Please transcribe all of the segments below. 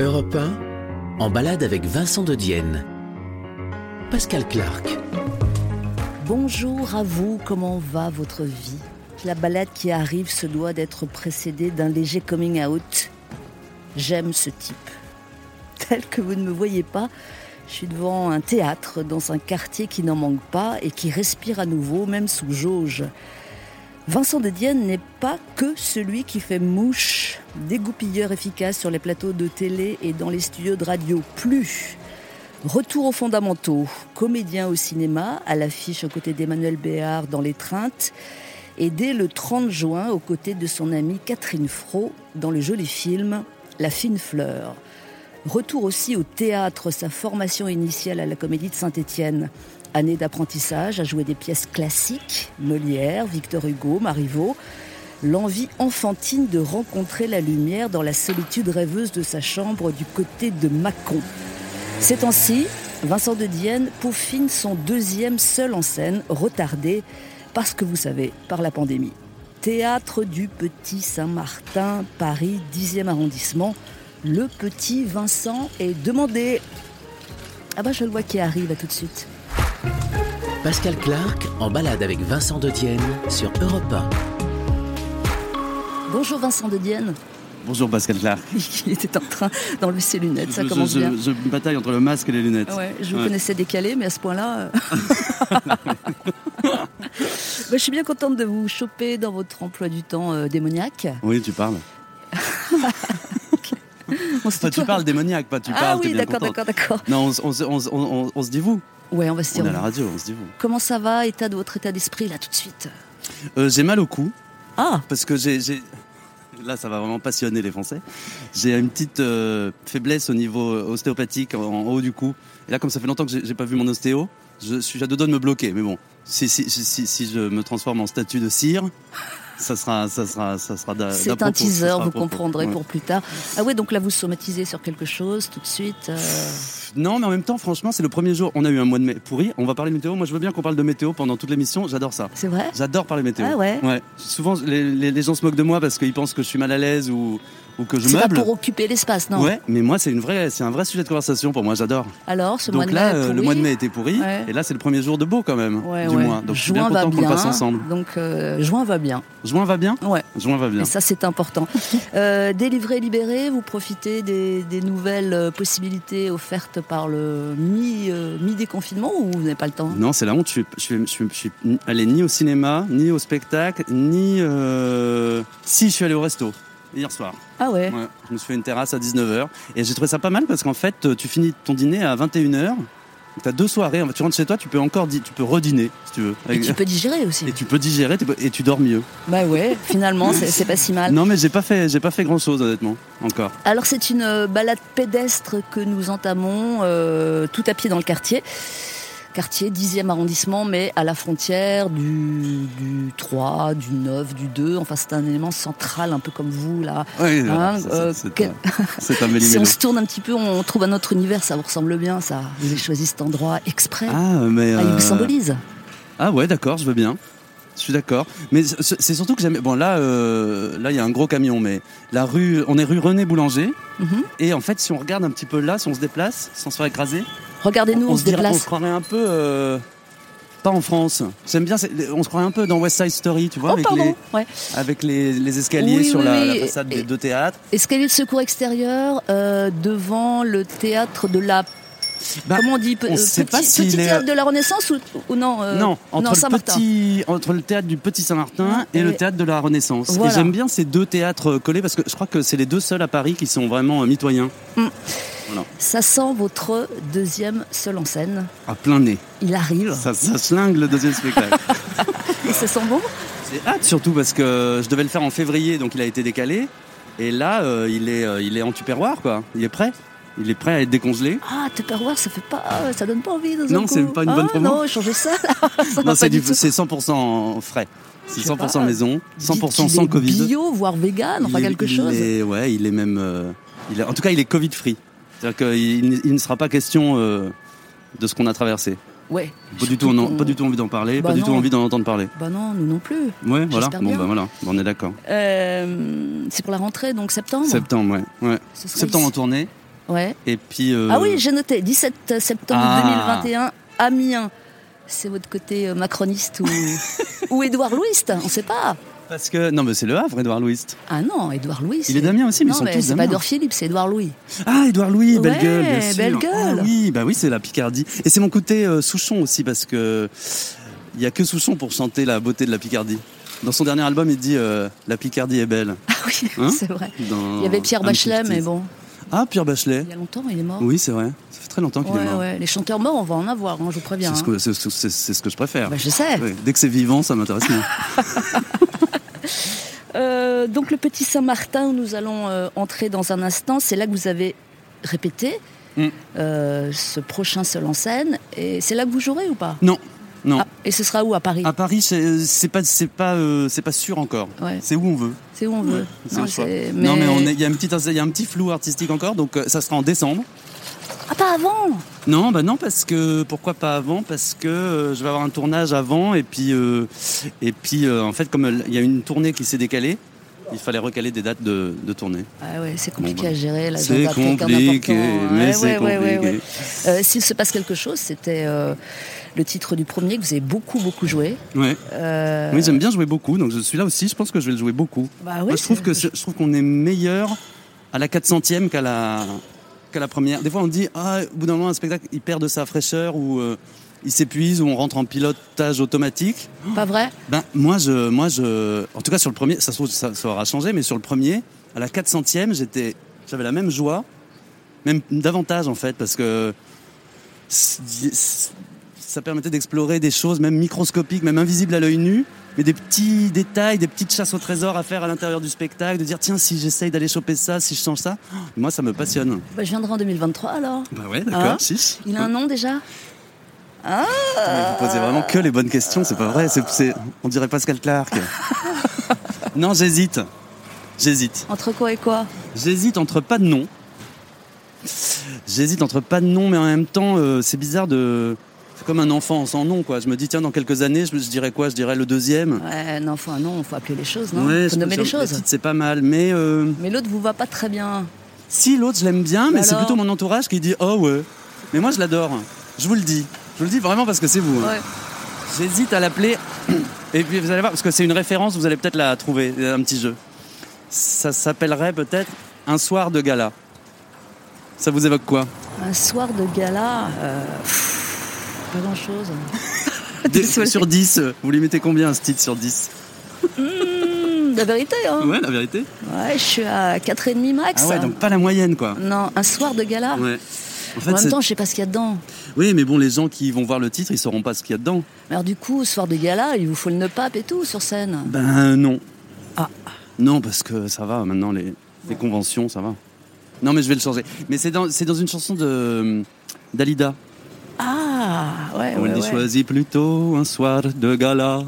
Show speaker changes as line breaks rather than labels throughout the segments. Europe 1, en balade avec Vincent de Dienne. Pascal Clark.
Bonjour à vous, comment va votre vie La balade qui arrive se doit d'être précédée d'un léger coming out. J'aime ce type. Tel que vous ne me voyez pas, je suis devant un théâtre dans un quartier qui n'en manque pas et qui respire à nouveau, même sous jauge. Vincent de Dienne n'est pas que celui qui fait mouche, dégoupilleur efficace sur les plateaux de télé et dans les studios de radio. Plus Retour aux fondamentaux, comédien au cinéma, à l'affiche aux côtés d'Emmanuel Béard dans l'étreinte, et dès le 30 juin aux côtés de son amie Catherine Fro dans le joli film La fine fleur. Retour aussi au théâtre, sa formation initiale à la comédie de Saint-Étienne. Année d'apprentissage à jouer des pièces classiques, Molière, Victor Hugo, Marivaux. L'envie enfantine de rencontrer la lumière dans la solitude rêveuse de sa chambre du côté de Mâcon. Ces temps-ci, Vincent de Dienne peaufine son deuxième seul en scène, retardé, parce que vous savez, par la pandémie. Théâtre du Petit Saint-Martin, Paris, 10e arrondissement. Le petit Vincent est demandé. Ah bah je le vois qui arrive, à tout de suite.
Pascal Clark, en balade avec Vincent de Dienne sur Europe 1.
Bonjour Vincent de Dienne.
Bonjour Pascal Clark.
Il était en train d'enlever ses lunettes, ça
The-
commence
the-
bien.
the bataille entre le masque et les lunettes.
Ah Ouais, je vous
Ouais.
connaissais décalé, mais à ce point-là. euh, Bah, je suis bien contente de vous choper dans votre emploi du temps euh, démoniaque.
Oui, tu parles.
On se
Enfin, tu
tutoie.
parles démoniaque, pas tu
Ah
parles. t'es
oui,
bien
d'accord,
contente.
d'accord, d'accord.
Non, on, se- on se- on se- on- on- on se dit vous.
Ouais, on va se
On
dire.
est à la radio, on se dit vous.
Comment ça va, état de votre état d'esprit là tout de suite
Euh, j'ai mal au cou
Ah,
parce que j'ai. j'ai- Là, ça va vraiment passionner les Français. J'ai une petite euh, faiblesse au niveau euh, ostéopathique en, en haut du cou. Et là, comme ça fait longtemps que j'ai- j'ai pas vu mon ostéo, je suis à deux doigts de me bloquer. Mais bon, si, si, si, si- si je me transforme en statue de cire, ça sera, ça sera, ça sera d'un-
c'est
d'un
un
propos, ça
teaser,
sera un
vous
propos.
comprendrez
Ouais.
pour plus tard. Ah ouais, donc là vous somatisez sur quelque chose tout de suite. euh,
Non, mais en même temps, franchement, c'est le premier jour. On a eu un mois de mai pourri. On va parler météo. Moi, je veux bien qu'on parle de météo pendant toute l'émission. J'adore ça.
C'est vrai
J'adore parler météo.
Ah ouais
Souvent, les, les- les gens se moquent de moi parce qu'ils pensent que je suis mal à l'aise ou, ou que je
C'est pas
meuble.
pour occuper l'espace, non
Ouais, mais moi, c'est une vraie, c'est un vrai sujet de conversation pour moi. J'adore.
Alors, ce mois
Donc
de
là,
mai.
euh, le
pourri.
mois de mai était pourri,
Ouais.
et là, c'est le premier jour de beau quand même
Ouais,
du
ouais.
mois. Donc, je suis bien
juin va
content qu'on
bien.
le fasse ensemble.
Donc euh, juin va bien.
Juin va bien.
Ouais.
Juin va bien.
Et ça, c'est important. Euh, délivré, libéré, vous profitez des, des nouvelles euh, possibilités offertes par le mi, euh, mi-déconfinement ou vous n'avez pas le temps
Non, c'est la honte. Je suis, je suis, je suis- je suis ni- allé ni au cinéma, ni au spectacle, ni euh, si je suis allé au resto hier soir.
Ah ouais,
Ouais, je me suis fait une terrasse à 19h. Et j'ai trouvé ça pas mal parce qu'en fait, euh, tu finis ton dîner à 21h. Tu as deux soirées. En fait, Tu rentres chez toi, tu peux encore di- tu peux redîner si tu veux.
Et tu peux digérer aussi.
Et tu peux digérer tu peux- et tu dors mieux.
Bah ouais, finalement, c'est c'est pas si mal.
Non, mais j'ai pas fait, j'ai pas fait grand chose honnêtement encore.
Alors c'est une euh, balade pédestre que nous entamons euh, tout à pied dans le quartier. Quartier 10e arrondissement, mais à la frontière du, du 3, du 9, du 2. Enfin, c'est un élément central, un peu comme vous, là.
Ouais,
Hein,
c'est-
euh,
c'est- c'est
quel-
un- c'est un
Si on
méli-mélo.
se tourne un petit peu, on trouve un autre univers, ça vous ressemble bien, ça. Vous avez choisi cet endroit exprès. Ah,
Ah, mais
il vous
euh,
symbolise.
Ah ouais, d'accord, je veux bien. Je suis d'accord. Mais c- c- c'est surtout que j'aime. Bon, là, euh, là, il y a un gros camion, mais la rue, on est rue René Boulanger.
Mhm.
Et en fait, si on regarde un petit peu là, si on se déplace, sans se faire écraser,
Regardez-nous, on, se
dirait-
déplace.
on se croirait un peu. euh, pas en France. J'aime bien. c'est- On se croirait un peu dans West Side Story, tu vois,
Oh,
avec,
pardon.
les,
Ouais.
avec les, les escaliers
Oui,
sur
oui,
la,
oui.
la façade
Et-
des deux théâtres.
Escalier de secours extérieur euh, devant le théâtre de la.
Bah,
Comment on dit pe-
on
euh,
sait pas
petit,
s'il
petit
est-
théâtre de la Renaissance ou, ou non euh,
non, entre le
Saint-Martin.
petit, entre le théâtre du Petit Saint-Martin et,
Et-
le théâtre de la Renaissance.
Voilà.
Et j'aime bien ces deux théâtres collés parce que je crois que c'est les deux seuls à Paris qui sont vraiment euh, mitoyens.
Ça sent votre deuxième seul en scène.
À plein nez.
Il arrive.
Ça, ça slingue le deuxième spectacle.
Et ça sent bon
J'ai hâte surtout parce que je devais le faire en février, donc il a été décalé. Et là, euh, il, est, euh, il est en tupperware, quoi. Il est prêt. Il est prêt à être décongelé.
Ah, Tupperware, ça fait pas, ah, ça donne pas envie. dans un
Non, c'est
coup.
pas une bonne
Ah,
promo.
Non, changez ça. ça va
Non,
pas
c'est
du
du-
tout.
c'est 100% frais.
Je
C'est
sais
100%
pas.
maison,
Dites
100%
qu'il
sans
est
Covid.
Bio, voire vegan, enfin
Il est-
quelque
il
chose.
est- ouais, il est même. euh, il est- en tout cas, il est Covid free. C'est-à-dire qu'il il ne sera pas question euh, de ce qu'on a traversé.
Ouais.
Pas du, tout,
Surtout
on en-
qu'on-
pas du tout envie d'en parler,
Bah
pas du
non.
tout envie d'en entendre parler.
Bah non, nous non plus.
Ouais, voilà.
J'espère
Bon,
bien. Ah
bah voilà, on est d'accord.
Euh, c'est pour la rentrée, donc septembre.
Septembre, ouais. ouais.
Ce sera
Septembre en
ici.
tournée,
Ouais.
Et puis. euh,
Ah oui, j'ai noté, 17 septembre
Ah.
2021, Amiens. C'est votre côté euh, macroniste ou, ou Édouard Louis, hein, on ne sait pas.
Parce que. Non, mais c'est le Havre, Édouard Louis.
Ah non, Édouard Louis.
Il est d'Amiens aussi, mais ils
Non,
sont
mais
tous
c'est pas
d'Amiens.
Édouard Philippe, c'est Édouard Louis.
Ah, Édouard Louis, belle
Ouais,
gueule, bien sûr.
belle gueule.
Ah oui, bah oui, c'est la Picardie. Et c'est mon côté euh, Souchon aussi, parce que il y a que Souchon pour chanter la beauté de la Picardie. Dans son dernier album, il dit euh, La Picardie est belle.
Ah oui,
Hein
c'est vrai.
Dans
Il y avait Pierre
Un petit
Bachelet,
petit.
mais bon,
Ah, Pierre Bachelet.
il y a longtemps, il est mort.
Oui, c'est vrai. Ça fait très longtemps qu'il est
ouais,
mort.
ouais. Les chanteurs morts, on va en avoir, hein, je vous préviens.
C'est ce,
hein.
que- c'est ce- c'est- c'est ce que je préfère.
Bah, je sais.
Ouais, Dès que c'est vivant, ça m'intéresse moins.
Euh, donc le petit Saint-Martin où nous allons euh, entrer dans un instant, c'est là que vous avez répété
Mm.
euh, ce prochain seul en scène. Et c'est là que vous jouerez ou pas
Non, non.
Ah, Et ce sera où à Paris
À Paris, c'est c'est pas, c'est pas, euh, c'est pas sûr encore.
Ouais.
C'est où on veut.
C'est où on veut.
C'est au choix.
c'est-
Non, mais on est- il y a une petite, il y a un petit flou artistique encore, donc euh, ça sera en décembre.
Ah pas avant
Non, bah non, parce que pourquoi pas avant Parce que euh, je vais avoir un tournage avant et puis euh, et puis euh, en fait comme elle- il y a une tournée qui s'est décalée, il fallait recaler des dates de, de tournée.
Ah ouais, c'est compliqué
Bon, bah,
à gérer. là,
C'est
j'en apprends qu'en
compliqué,
apportant, hein.
mais
Ouais, ouais,
c'est
ouais, ouais,
compliqué.
ouais. Euh, S'il se passe quelque chose, c'était euh, le titre du premier que vous avez beaucoup, beaucoup joué.
Ouais.
Euh,
Oui, j'aime bien jouer beaucoup, donc je suis là aussi. Je pense que je vais le jouer beaucoup.
bah ouais,
Moi, je trouve
c'est-
que je trouve qu'on est meilleur à la 400e qu'à la qu'à la première. Des fois, on dit ah, au bout d'un moment, un spectacle, il perd de sa fraîcheur ou euh, il s'épuise ou on rentre en pilotage automatique.
Pas vrai
Ben, moi, je, moi, je, en tout cas, sur le premier, ça, se trouve, ça, ça aura changé, mais sur le premier, à la 400e, j'étais, j'avais la même joie, même davantage, en fait, parce que c- c- ça permettait d'explorer des choses, même microscopiques, même invisibles à l'œil nu, mais des petits détails, des petites chasses au trésor à faire à l'intérieur du spectacle, de dire, tiens, si j'essaye d'aller choper ça, si je change ça, oh, moi, ça me passionne.
Bah, Je viendrai en 2023 alors.
Bah ouais,
d'accord,
si.
Il a un nom déjà
Vous posez vraiment que les bonnes questions, c'est pas vrai, c'est, c'est- on dirait Pascal Clark. non, j'hésite. J'hésite.
Entre quoi et quoi
J'hésite entre pas de nom. J'hésite entre pas de nom, mais en même temps, euh, c'est bizarre de. C'est comme un enfant sans nom, quoi. Je me dis, tiens, dans quelques années, je, me- je dirais quoi Je dirais le deuxième.
Ouais, non, faut un nom, faut appeler les choses, Ah, non
Ouais,
Faut
je-
nommer
sur-
les
le
choses.
titre, c'est pas mal. Mais euh,
Mais l'autre vous va pas très bien.
si, l'autre, je l'aime bien, mais
Bah
c'est
alors
plutôt mon entourage qui dit, oh ouais. Mais moi, je l'adore. Je vous le dis. Je vous le dis vraiment parce que c'est vous. hein.
Ouais.
J'hésite à l'appeler. Et puis vous allez voir, parce que c'est une référence, vous allez peut-être la trouver, euh, un petit jeu. Ça s'appellerait peut-être Un soir de gala. Ça vous évoque quoi
Un soir de gala, euh, pff, pas grand chose.
Des-
Désolée.
sur 10, euh, vous lui mettez combien un titre sur 10
la vérité, hein
Ah la vérité.
Ouais, je suis à 4,5 max. hein.
Ah ouais, donc pas la moyenne quoi.
Non, un soir de gala.
Ouais. En
en
fait,
même
c'est-
temps, je sais pas ce qu'il y a dedans.
oui, mais bon, les gens qui vont voir le titre, ils sauront pas ce qu'il y a dedans.
Mais Alors du coup, soir de gala, il vous faut le ne pape et tout sur scène.
Ben non.
Ah.
Non, parce que ça va, maintenant, les, les conventions, ça va. Non, mais je vais le changer. Mais c'est dans, c'est dans une chanson de euh, d'Alida.
Ah, ouais,
On
ouais,
dit
ouais.
choisis plutôt un soir de gala.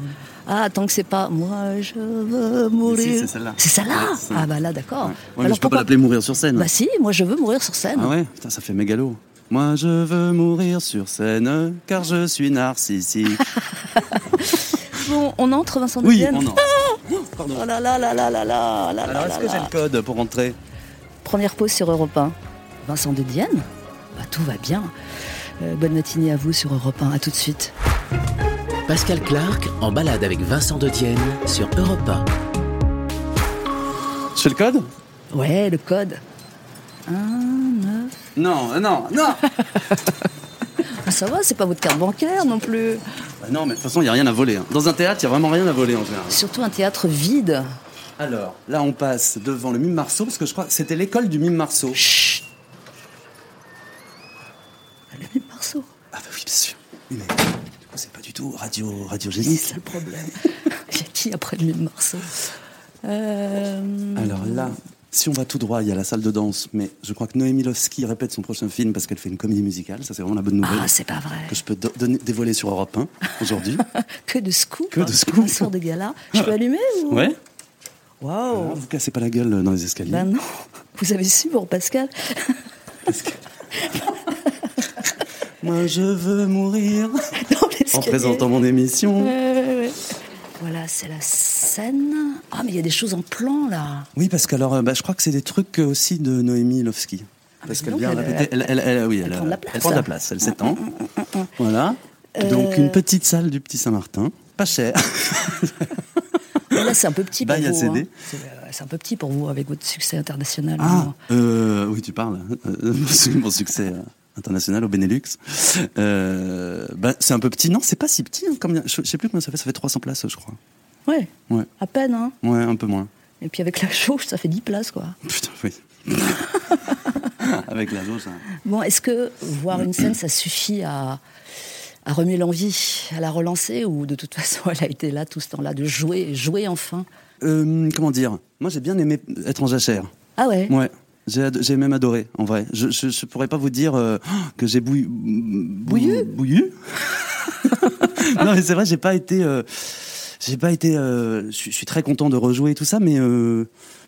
Ah, tant que c'est pas moi, je veux mourir.
c'est celle-là.
C'est celle-là
Ouais, c'est ça.
Ah bah là, d'accord.
Ouais, mais je peux pas
pourquoi-
l'appeler mourir sur scène.
Bah si, moi je veux mourir sur scène.
Ah ouais, putain, ça fait mégalo. Moi, je veux mourir sur scène car je suis narcissique.
Ah, Bon, on entre Vincent
oui,
Dodienne
on en. Pardon.
Oh là là là là là là Ah là
Alors,
là
est-ce
là
que j'ai
là.
le code pour rentrer
Première pause sur Europe 1. Vincent de Dienne Bah tout va bien. Euh, bonne matinée à vous sur Europe 1. À tout de suite.
Pascal Clark en balade avec Vincent Detienne sur Europe 1.
Je fais le code
Ouais, le code. Hein 1, 9.
Non, euh, non, non
Ah, ça va, c'est pas votre carte bancaire non plus.
Bah Non, mais de toute façon, il n'y a rien à voler. hein. Dans un théâtre, il n'y a vraiment rien à voler en général.
Surtout un théâtre vide.
Alors, là, on passe devant le mime Marceau, parce que je crois que c'était l'école du mime Marceau.
Chut Le même morceau.
Ah, bah oui, bien sûr. Oui, mais du coup, c'est pas du tout radio, radio
C'est
Génie.
ça le problème. Il y a qui après le même morceau Euh,
Alors là, si on va tout droit, il y a la salle de danse, mais je crois que Noémie Lovski répète son prochain film parce qu'elle fait une comédie musicale. Ça, c'est vraiment la bonne nouvelle.
Ah, c'est pas vrai.
que je peux do- donner- dévoiler sur Europe 1 aujourd'hui.
Que de scoop.
Que de
hein.
scoop.
Un soir de gala. Je peux allumer ou
Ah,
Waouh
Vous cassez pas la gueule euh, dans les escaliers.
Ben non. Vous avez su pour Pascal
Moi, je veux mourir.
dans
En
l'escalier.
présentant mon
Ouais,
émission.
ouais, ouais. Voilà, c'est la scène. Ah, mais il y a des choses en plan là.
Oui, parce que alors, euh, bah, je crois que c'est des trucs euh, aussi de Noémie Lovski. Parce
mais
qu'elle
Ah, donc,
vient
elle-
répéter. Elle, elle- elle- oui, elle,
prend de la place. Euh.
elle prend de la place, elle s'étend. Voilà. Donc une petite salle du Petit Saint-Martin. Pas cher.
Mais Ah, Là, c'est un peu petit pour
Bail à
vous.
CD.
hein. C'est euh, c'est un peu petit pour vous avec votre succès international.
Ah,
maintenant.
euh, oui, tu parles. Euh, Mon succès euh, international au Benelux. Euh, bah, c'est un peu petit. Non, c'est pas si petit. hein, combien- je, je sais plus combien ça fait. Ça fait 300 places, je crois.
Ouais,
Ouais,
à peine. Hein.
ouais, un peu moins.
Et puis avec la chauche, ça fait 10 places, quoi.
Putain, oui. Avec la dose. hein.
Bon, est-ce que voir une scène, ça suffit à, à remuer l'envie, à la relancer Ou de toute façon, elle a été là tout ce temps-là, de jouer, jouer enfin
Euh, comment dire Moi, j'ai bien aimé être en jachère.
Ah ouais,
Ouais. J'ai, ad- j'ai même adoré, en vrai. Je, je, je pourrais pas vous dire euh, que j'ai bouillu. Bouillu Bouillu Non, mais c'est vrai, j'ai pas été. euh, j'ai pas été. euh, je suis- je suis très content de rejouer et tout ça, mais. euh,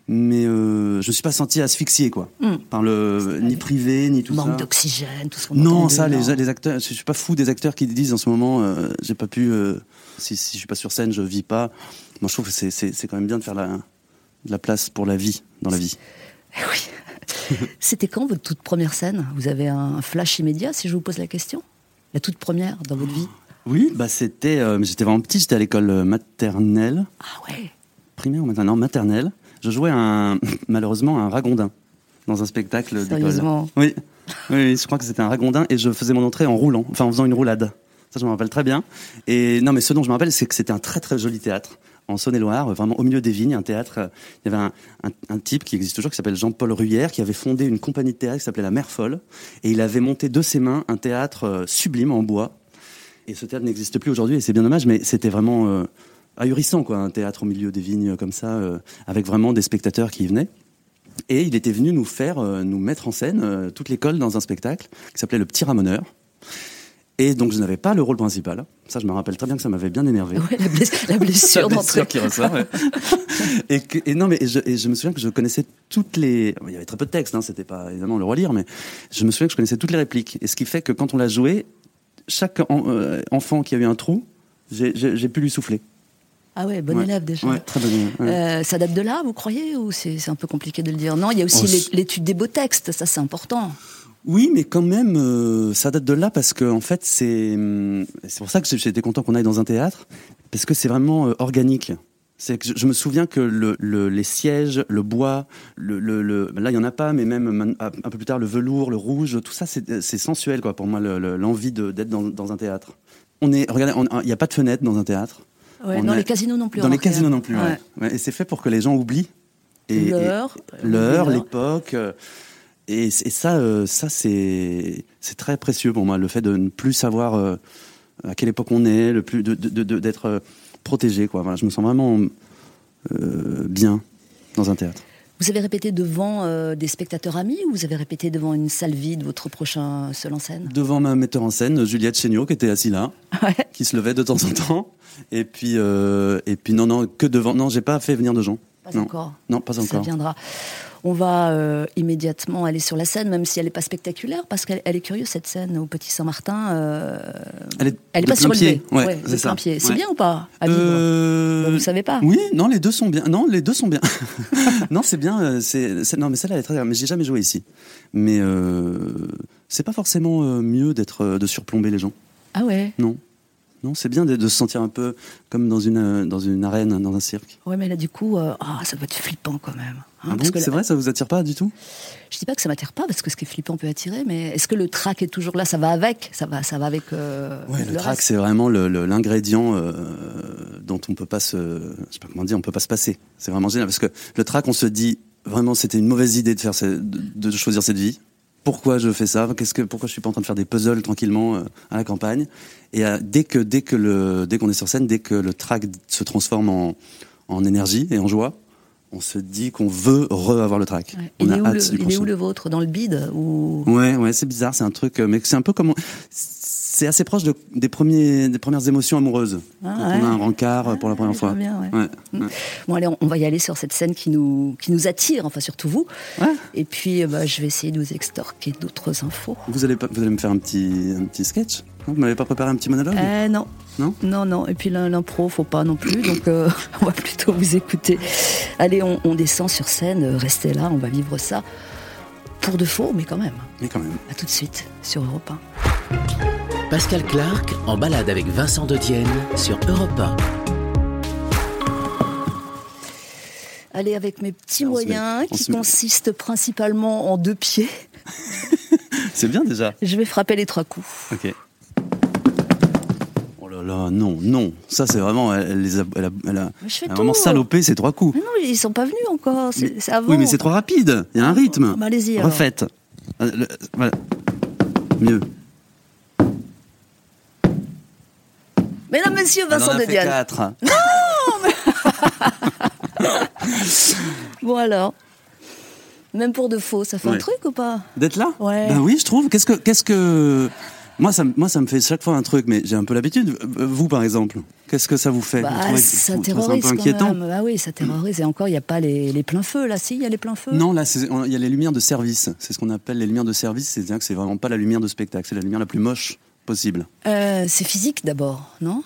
mais euh, je me suis pas senti asphyxié, quoi. Par le. Ni privé, ni tout ça.
Manque d'oxygène, tout ce qu'on
Non,
entend
ça,
de-
les, les acteurs, je suis pas fou des acteurs qui disent en ce moment, euh, j'ai pas pu, euh, si, si je suis pas sur scène, je vis pas. Moi, je trouve que c'est- c'est c'est quand même bien de faire la, de la place pour la vie, dans la vie.
Eh Oui. C'était quand votre toute première scène Vous avez un flash immédiat, si je vous pose la question La toute première dans votre vie
Oui, bah c'était, euh, mais j'étais vraiment petit, j'étais à l'école euh, maternelle,
Ah ouais
primaire ou maternelle, non, maternelle. Je jouais un, malheureusement, un ragondin dans un spectacle d'école.
Sérieusement
Oui. oui, oui, je crois que c'était un ragondin et je faisais mon entrée en roulant, enfin en faisant une roulade. Ça, je me rappelle très bien. Et non, mais ce dont je me rappelle, c'est que c'était un très très joli théâtre en Saône-et-Loire, euh, vraiment au milieu des vignes, un théâtre. euh, Il y avait un, un- un type qui existe toujours qui s'appelle Jean-Paul Ruyère, qui avait fondé une compagnie de théâtre qui s'appelait La Mer Folle, et il avait monté de ses mains un théâtre euh, sublime en bois. Et ce théâtre n'existe plus aujourd'hui, et c'est bien dommage, mais c'était vraiment euh, ahurissant, quoi, un théâtre au milieu des vignes euh, comme ça, euh, avec vraiment des spectateurs qui y venaient. Et il était venu nous faire, euh, nous mettre en scène euh, toute l'école dans un spectacle qui s'appelait Le Petit Ramoneur. Et donc je n'avais pas le rôle principal. Ça, je me rappelle très bien que ça m'avait bien énervé.
Ouais, la, bless- la blessure
La
d'entrée.
blessure qui ressort. ouais. et, que- et non, mais je, et je me souviens que je connaissais toutes les. Il y avait très peu de textes, hein, c'était pas évidemment le roi lire, mais je me souviens que je connaissais toutes les répliques. Et ce qui fait que quand on l'a joué, chaque en- euh, enfant qui a eu un trou, j'ai- j'ai j'ai pu lui souffler.
Ah ouais, bon
Ouais.
élève déjà.
Ouais, très bon élève, ouais.
Euh, ça date de là, vous croyez Ou c'est c'est un peu compliqué de le dire Non, il y a aussi
Oh, c'est-
l'é- l'étude des beaux textes, ça c'est important.
Oui, mais quand même, euh, ça date de là parce que en fait, c'est hum, c'est pour ça que j'ai- j'étais content qu'on aille dans un théâtre parce que c'est vraiment euh, organique. C'est que je, je me souviens que le, le- les sièges, le bois, le, le- le- là il y en a pas, mais même man- un peu plus tard le velours, le rouge, tout ça c'est c'est sensuel quoi pour moi le- le- l'envie de- d'être dans, dans un théâtre. On est, regardez, on- il n'y a pas de fenêtre dans un théâtre.
Ouais,
On
dans
est-
les casinos non plus.
Dans les
remarquez, hein.
casinos non plus. ouais.
Ouais.
Ouais, et c'est fait pour que les gens oublient. Et- et-
L'heure,
L'heure,
l'heure.
l'époque. euh, Et, et ça, euh, ça c'est c'est très précieux pour moi, le fait de ne plus savoir euh, à quelle époque on est, le plus de- de- de- de- d'être euh, protégé. Quoi. Voilà, je me sens vraiment euh, bien dans un théâtre.
Vous avez répété devant euh, des spectateurs amis ou vous avez répété devant une salle vide, votre prochain seul en scène
Devant ma metteur en scène, Juliette Chéniaud, qui était assise là,
Ouais.
qui se levait de temps en temps. Et puis, euh, et puis non, non, que devant. Non, j'ai pas fait venir de gens.
Pas
non.
encore.
Non, pas
Ça
encore.
viendra. On va euh, immédiatement aller sur la scène, même si elle n'est pas spectaculaire, parce qu'elle elle est curieuse cette scène au Petit Saint-Martin. euh,
Elle est,
elle n'est
de
pas
plein
surélevée.
pied. Ouais,
Ouais, de
c'est ça.
plein pied. C'est
Ouais.
bien ou pas à vivre
Euh,
Vous ne savez pas
Oui, non, les deux sont bien. Non, les deux sont bien. non, c'est bien. euh, C'est, c'est- non, mais celle-là elle est très bien. Mais j'ai jamais joué ici. Mais euh, c'est pas forcément euh, mieux d'être euh, de surplomber les gens.
Ah ouais
Non, non, c'est bien de, de se sentir un peu comme dans une euh, dans une arène, dans un cirque.
Ouais, mais là, du coup, euh, ah, ça doit être flippant quand même. hein,
Ah bon,
parce que
c'est
là-
vrai, ça vous attire pas du tout
Je dis pas que ça m'attire pas, parce que ce qui est flippant peut attirer, mais est-ce que le trac est toujours là Ça va avec Ça va, ça va avec euh,
Ouais, le, track,
reste
c'est vraiment le- le- l'ingrédient euh, dont on peut pas se, je sais pas comment dire, on peut pas se passer. C'est vraiment génial parce que le track, on se dit vraiment, c'était une mauvaise idée de faire, ce- de, de choisir cette vie. Pourquoi je fais ça Qu'est-ce que, pourquoi je suis pas en train de faire des puzzles tranquillement euh, à la campagne Et euh, dès que, dès que le, dès qu'on est sur scène, dès que le track se transforme en, en énergie et en joie, on se dit qu'on veut re-avoir le track.
Ouais.
On
Il,
a
est où
hâte
le,
du
il est où
prochain.
le vôtre Dans le bide ou...
Ouais, ouais, c'est bizarre, c'est un truc, euh, mais c'est un peu comme, on- c'est assez proche de- des premiers, des premières émotions amoureuses
Ah,
quand
ouais. Ah,
on a un rencard euh, pour la première
je
fois.
vois bien, ouais.
ouais.
Bon, allez, on, on va y aller sur cette scène qui nous, qui nous attire, enfin surtout vous.
Ouais.
Et puis, euh, bah, je vais essayer de vous extorquer d'autres infos.
Vous allez, pas- vous allez me faire un petit, un petit sketch non Vous m'avez pas préparé un petit monologue
Euh, non.
Non
Non, non. Et puis l'im- l'impro, faut pas non plus. Donc, euh, on va plutôt vous écouter. Allez, on, on descend sur scène. euh, Restez là, on va vivre ça. Pour de faux, mais quand même.
Mais quand même.
À tout de suite sur Europe 1.
Pascal Clark en balade avec Vincent de Dienne sur Europa.
Allez, avec mes petits
On se met-
moyens
on se
qui
met-
consistent principalement en deux pieds,
C'est bien déjà.
je vais frapper les trois coups.
Ok. Oh là là, non, non. Ça, c'est vraiment. Elle, elle les a, elle a- elle a-
Mais je fais
elle
tout. Hein,
a vraiment salopé ces trois coups.
Mais non, ils sont pas venus encore. C'est c'est avant.
Oui, mais c'est trop rapide. Il y a un rythme.
Ah, bah, allez-y, alors.
Refaites. Euh, le- voilà. Mieux.
Mesdames, messieurs,
Elle
Vincent
en a
de
fait
Dienne.
quatre.
Bon alors, même pour de faux, ça fait un
Ouais.
truc ou pas
D'être là
Ouais.
Ben oui, je trouve. Qu'est-ce que. Qu'est-ce que... Moi ça, me- moi, ça me fait chaque fois un truc, mais j'ai un peu l'habitude. Euh, Vous, par exemple, qu'est-ce que ça vous fait Vous
Bah,
trouvez-
ça
vous trouvez
terrorise
un peu inquiétant
quand même. Bah oui, ça terrorise. Et encore, il n'y a pas les, les pleins feux là. Si, il y a les pleins feux.
Non, là, c'est- on- il y a les lumières de service. C'est ce qu'on appelle les lumières de service. C'est-à-dire que c'est vraiment pas la lumière de spectacle. C'est la lumière la plus moche possible.
Euh, c'est physique d'abord, non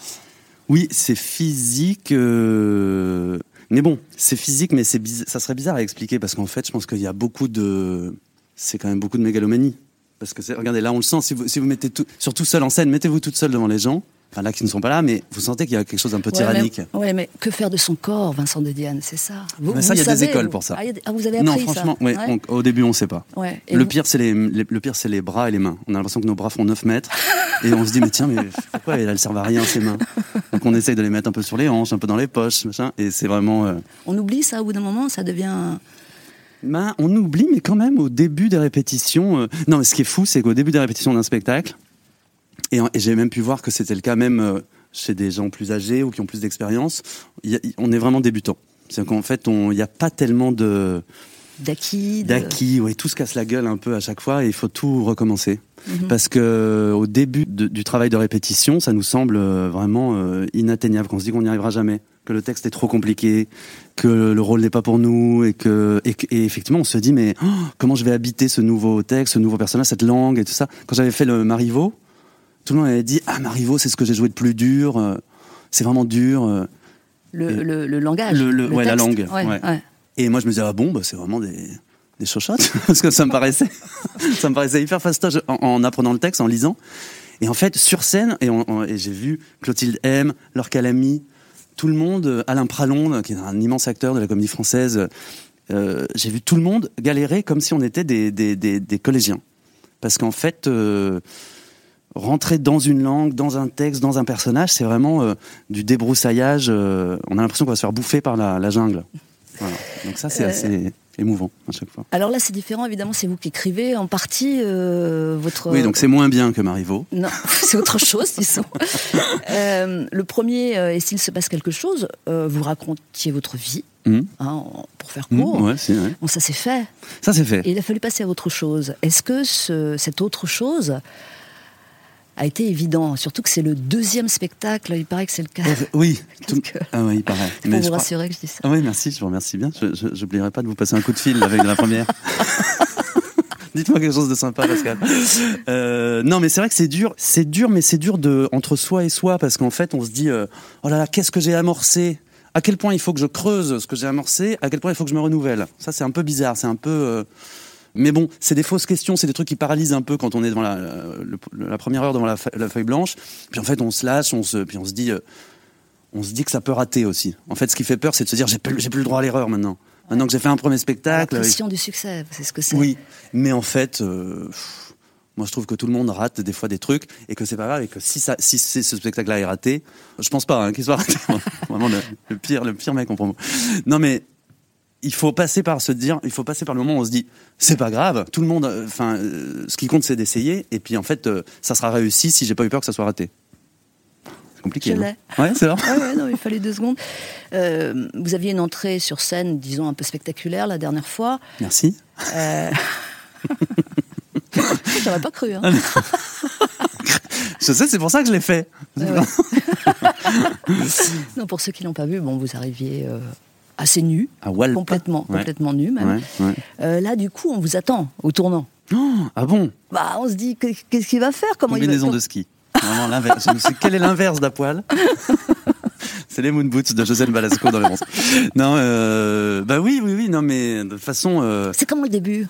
Oui, c'est physique. euh, Mais bon, c'est physique, mais c'est bizar- ça serait bizarre à expliquer parce qu'en fait, je pense qu'il y a beaucoup de. C'est quand même beaucoup de mégalomanie. Parce que c'est- regardez, là, on le sent. Si vous, si vous mettez tout, surtout seul en scène, mettez-vous toute seule devant les gens. Enfin, là, qui ne sont pas là, mais vous sentez qu'il y a quelque chose d'un peu
Ouais, mais-
tyrannique.
Ouais, mais que faire de son corps, Vincent de Diane C'est ça. Vous,
Mais ça,
vous
il y a des
savez,
écoles
vous-
pour ça.
Ah, il y a des- ah, vous avez appris
non, franchement,
ça
ouais,
Ouais.
on- au début, on ne sait pas.
Ouais. Et
Le
vous-
pire, c'est les, les- le pire, c'est les bras et les mains. On a l'impression que nos bras font 9 mètres et on se dit mais tiens mais pourquoi elles servent à rien ces mains Donc on essaye de les mettre un peu sur les hanches, un peu dans les poches, machin. Et c'est vraiment euh,
On oublie ça au bout d'un moment, ça devient.
ben, on oublie, mais quand même, au début des répétitions. euh, Non, mais ce qui est fou, c'est qu'au début des répétitions d'un spectacle, et, en- et j'ai même pu voir que c'était le cas même euh, chez des gens plus âgés ou qui ont plus d'expérience, il y a- il- on est vraiment débutant. C'est-à-dire qu'en fait, on- il n'y a pas tellement de
Daki. de-
d'acquis, ouais, tout se casse la gueule un peu à chaque fois et il faut tout recommencer. Parce que euh, au début de- du travail de répétition, ça nous semble euh, vraiment euh, inatteignable, qu'on se dit qu'on n'y arrivera jamais, que le texte est trop compliqué, que le rôle n'est pas pour nous, et que et, que- et effectivement on se dit mais oh, comment je vais habiter ce nouveau texte, ce nouveau personnage, cette langue et tout ça. Quand j'avais fait le Marivaux, tout le monde avait dit ah Marivaux c'est ce que j'ai joué de plus dur, euh, c'est vraiment dur. euh.
Le,
Et-
le- le langage.
Le- le- ouais, la
texte.
langue,
Ouais,
ouais.
ouais.
Et moi, je me disais, ah bon, bah, c'est vraiment des, des chochottes, parce que ça me paraissait, ça me paraissait hyper fastoche en, en apprenant le texte, en lisant. Et en fait, sur scène, et, on- on- et j'ai vu Clotilde M, Laure Calamy, tout le monde, euh, Alain Pralonde, qui est un immense acteur de la comédie française, euh, j'ai vu tout le monde galérer comme si on était des, des, des- des collégiens. Parce qu'en fait, euh, rentrer dans une langue, dans un texte, dans un personnage, c'est vraiment euh, du débroussaillage. euh, on a l'impression qu'on va se faire bouffer par la, la jungle. Voilà. Donc ça, c'est
Euh.
assez émouvant à chaque fois.
Alors là, c'est différent, évidemment, c'est vous qui écrivez en partie euh, votre.
Oui, donc c'est moins bien que Marivaux.
Non, c'est autre chose, disons. Euh, le premier, euh, et s'il se passe quelque chose, euh, vous racontiez votre vie,
Hum,
hein, en- pour faire
hum,
court.
ouais, si, ouais.
Bon, ça s'est fait.
Ça, c'est fait.
Et il a fallu passer à autre chose. Est-ce que ce- cette autre chose a été évident Surtout que c'est le deuxième spectacle, il paraît que c'est le cas.
Oui, tout-
que-
ah oui, pareil.
Pour
Mais
vous
je crois-
rassurer que je dis ça.
Ah oui, merci, je vous remercie bien. Je- je- J'oublierai pas de vous passer un coup de fil la veille de la première. Dites-moi quelque chose de sympa, Pascal. Euh, non, mais c'est vrai que c'est dur. C'est dur, mais c'est dur de, entre soi et soi, parce qu'en fait, on se dit euh, oh là là, qu'est-ce que j'ai amorcé À quel point il faut que je creuse ce que j'ai amorcé À quel point il faut que je me renouvelle Ça, c'est un peu bizarre. C'est un peu. euh, mais bon, c'est des fausses questions, c'est des trucs qui paralysent un peu quand on est devant la, la- le- la première heure devant la, fe- la feuille blanche. Puis en fait, on se lâche, on se, puis on se dit, euh, on se dit que ça peut rater aussi. En fait, ce qui fait peur, c'est de se dire, j'ai plus, j'ai plus le droit à l'erreur maintenant. Maintenant que j'ai fait un premier
La
spectacle.
pression du succès, c'est ce que c'est.
Oui, mais en fait, euh, pff, moi je trouve que tout le monde rate des fois des trucs et que c'est pas grave et que si, ça, si c'est- ce spectacle-là est raté, je pense pas hein, qu'il soit raté. Vraiment le, le pire, le pire mec en promo. Non mais il faut passer par se dire, il faut passer par le moment où on se dit c'est pas grave, tout le monde, euh, enfin euh, ce qui compte c'est d'essayer et puis en fait euh, ça sera réussi si j'ai pas eu peur que ça soit raté. C'est compliqué.
Je
hein. ouais, c'est vrai.
Ouais, ouais, non, il fallait deux secondes. Euh, vous aviez une entrée sur scène, disons, un peu spectaculaire la dernière fois.
Merci.
Euh... J'aurais pas cru. Hein.
Je sais, c'est pour ça que je l'ai fait.
Ouais, ouais. non, pour ceux qui l'ont pas vu, bon, vous arriviez euh, assez nu,
À Walp.
complètement,
Ouais.
complètement nu même.
Ouais, ouais.
Euh, là, du coup, on vous attend au tournant.
Oh, ah bon.
Bah, on se dit que- qu'est-ce qu'il va faire Comment il va
Combinaison de ski. Vraiment l'inverse. Je me suis dit, quel est l'inverse d'un poil C'est les moon boots de José Balasco dans les bronzes. Non, euh, bah oui, oui, oui, non, mais de toute façon, euh,
C'est comment le début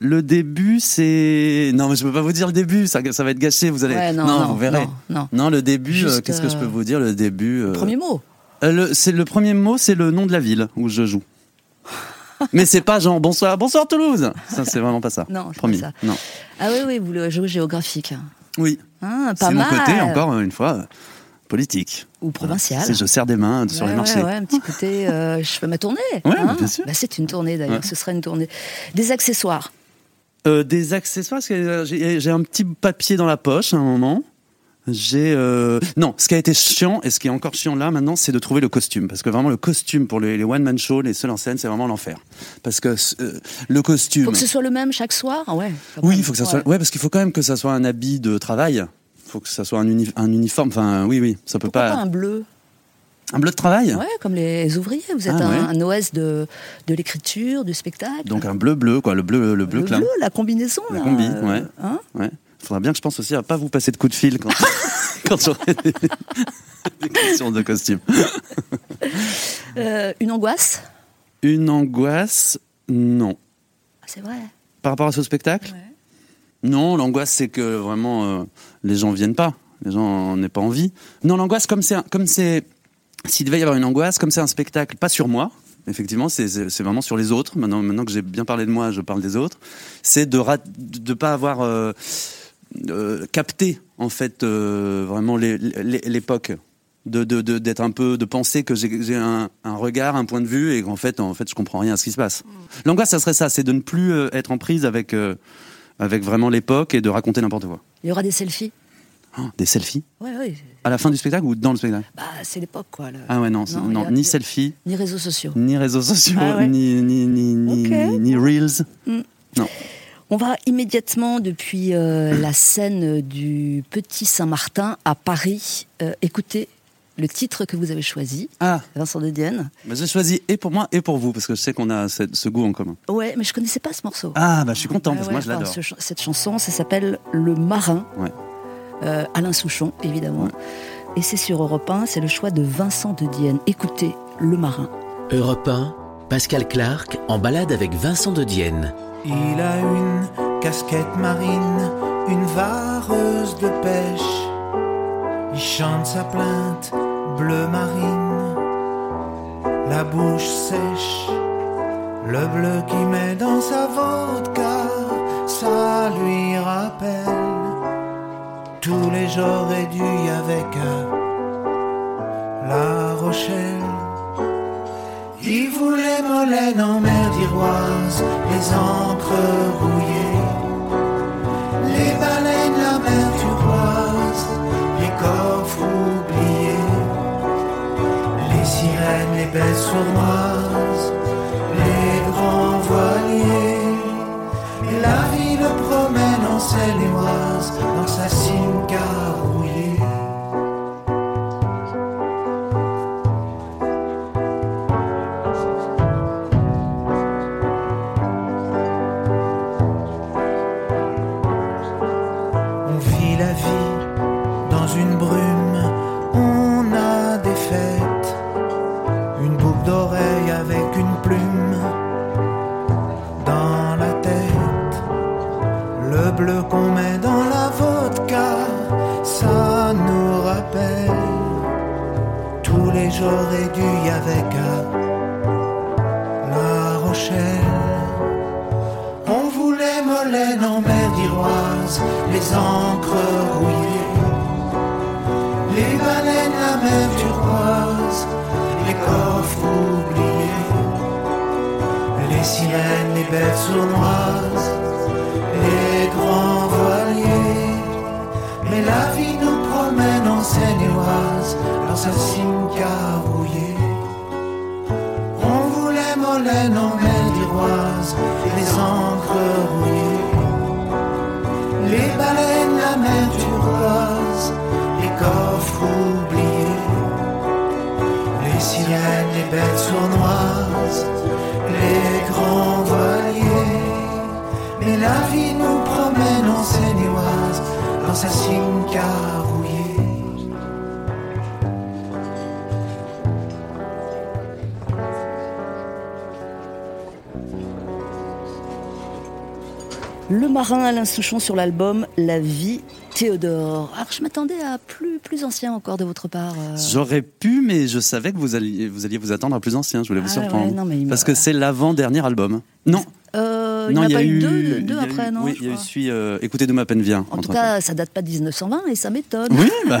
Le début, c'est. Non, mais je peux pas vous dire le début, ça, ça va être gâché. Vous allez.
Ouais, non, non,
vous verrez.
non, non.
le début, euh,
Juste,
qu'est-ce que je
euh,
peux vous dire Le début. euh,
Premier mot.
euh, le, c'est le premier mot, c'est le nom de la ville où je joue. mais c'est pas genre bonsoir, bonsoir Toulouse. Ça, c'est vraiment pas ça.
Non, c'est pas
Promis.
ça.
Non.
Ah oui, oui, vous le jouez géographique.
Oui.
Hein, pas
C'est mon
mal.
côté, encore une fois, euh, politique.
Ou provincial.
C'est je serre des mains sur
Ouais,
les
ouais,
marchés.
ouais, un petit côté, euh, je fais ma tournée.
Ouais, bah, bien sûr.
Bah, c'est une tournée d'ailleurs,
Ouais.
ce sera une tournée. Des accessoires.
Euh, des accessoires, parce que euh, j'ai j'ai un petit papier dans la poche à un moment. J'ai euh, non, ce qui a été chiant et ce qui est encore chiant là maintenant, c'est de trouver le costume parce que vraiment le costume pour les, les one man show, les seuls en scène, c'est vraiment l'enfer parce que euh, le costume.
Faut que ce soit le même chaque soir Ah ouais. quand
Oui,
même.
il faut que ça
Ouais.
soit. Ouais, parce qu'il faut quand même que ça soit un habit de travail. Faut que ça soit un, uni- un uniforme. Enfin, oui, oui, ça peut
Pourquoi pas
pas.
un bleu
Un bleu de travail.
Ouais, comme les ouvriers, vous êtes
Ah,
un,
ouais.
un OS de, de l'écriture, du spectacle.
Donc un bleu bleu quoi, le bleu le bleu
le
clin.
bleu, la combinaison.
La
là,
combi,
euh,
ouais.
hein
Ouais. Faudra bien que je pense aussi à pas vous passer de coup de fil quand, quand j'aurai des... des questions de costume.
Euh, une angoisse
Une angoisse Non.
Ah, C'est vrai.
Par rapport à ce spectacle Non, l'angoisse c'est que vraiment euh, les gens viennent pas, les gens n'aient pas envie. Non, l'angoisse comme c'est un- comme c'est s'il devait y avoir une angoisse, comme c'est un spectacle pas sur moi. Effectivement, c'est- c'est c'est vraiment sur les autres. Maintenant, maintenant que j'ai bien parlé de moi, je parle des autres. C'est de ne pas avoir euh, euh, capté en fait euh, vraiment l'é- l'é- l'époque de de- de- d'être un peu de penser que j'ai j'ai un, un regard un point de vue et qu'en fait en fait je comprends rien à ce qui se passe l'angoisse ça serait ça c'est de ne plus euh, être en prise avec euh, avec vraiment l'époque et de raconter n'importe quoi
Il y aura des selfies
Oh, des selfies
Ouais, oui.
à la fin du spectacle ou dans le spectacle
Bah, c'est l'époque, quoi. le-
ah ouais non, c'est-
Non,
non,
il y a-
ni selfie
Ni réseaux sociaux.
ni réseaux sociaux
Ah ouais.
ni ni ni ni,
Ok.
ni reels non
On va immédiatement depuis euh, la scène du Petit Saint-Martin à Paris euh, écouter le titre que vous avez choisi,
ah
Vincent de Dienne.
bah, j'ai choisi et pour moi et pour vous parce que je sais qu'on a cette- ce goût en commun
Ouais, mais je connaissais pas ce morceau.
ah bah je suis content
Ouais,
parce
ouais,
que moi je
enfin,
l'adore
ce ch- cette chanson, ça s'appelle Le Marin.
Ouais.
Euh, Alain Souchon, évidemment.
Ouais.
Et c'est sur Europe 1, c'est le choix de Vincent de Dienne. Écoutez, Le Marin.
Europe 1, Pascal Clark en balade avec Vincent de Dienne.
Il a une casquette marine, une vareuse de pêche. Il chante sa plainte bleu marine, la bouche sèche. Le bleu qui met dans sa vodka, ça lui rappelle tous les j'aurais dû y avec à La Rochelle. Il voulait Molène en mer d'Iroise, les encres rouillées, les baleines, la mer turquoise, les coffres oubliés, les sirènes, les belles sournoises, les grands voiliers. Et la vie le promène en Seine-et-Oise, dans sa cimca rouillée. On vit la vie dans une brume, on a des fêtes, une boucle d'oreille avec une plume dans la tête, le bleu qu'on met dans la vodka, ça nous rappelle tous les j'aurais dû y avec à La Rochelle. On voulait Molène en mer d'Iroise, les encres rouillées, les baleines, la mer turquoise, les coffres oubliés, les sirènes, les bêtes sournoises, les grands voiliers. Mais la vie nous promène en Seine-et-Oise, dans sa cimetière rouillée. On voulait Molène en mer d'Iroise, les encres rouillées, les baleines, la mer turquoise, les coffres oubliés, les sirènes, les bêtes sournoises, les grands voiliers. Mais la vie nous promène en Seine-et-Oise, dans sa cimca rouillée.
Le marin Alain Souchon sur l'album La vie Théodore. Alors je m'attendais à plus, plus ancien encore de votre part. euh.
J'aurais pu, mais je savais que vous alliez vous, alliez vous attendre à plus ancien. Je voulais vous
Ah
surprendre.
ouais, non, mais il me-
Parce que c'est l'avant-dernier album. Non,
Euh, il n'y
non,
en a pas eu, deux, deux,
il y a
après,
eu-
non
Oui,
je
il y a eu
crois.
celui euh, Écoutez de ma peine vient.
En tout
entre
cas, ça date pas de 1920 et ça m'étonne.
autres. Oui, bah,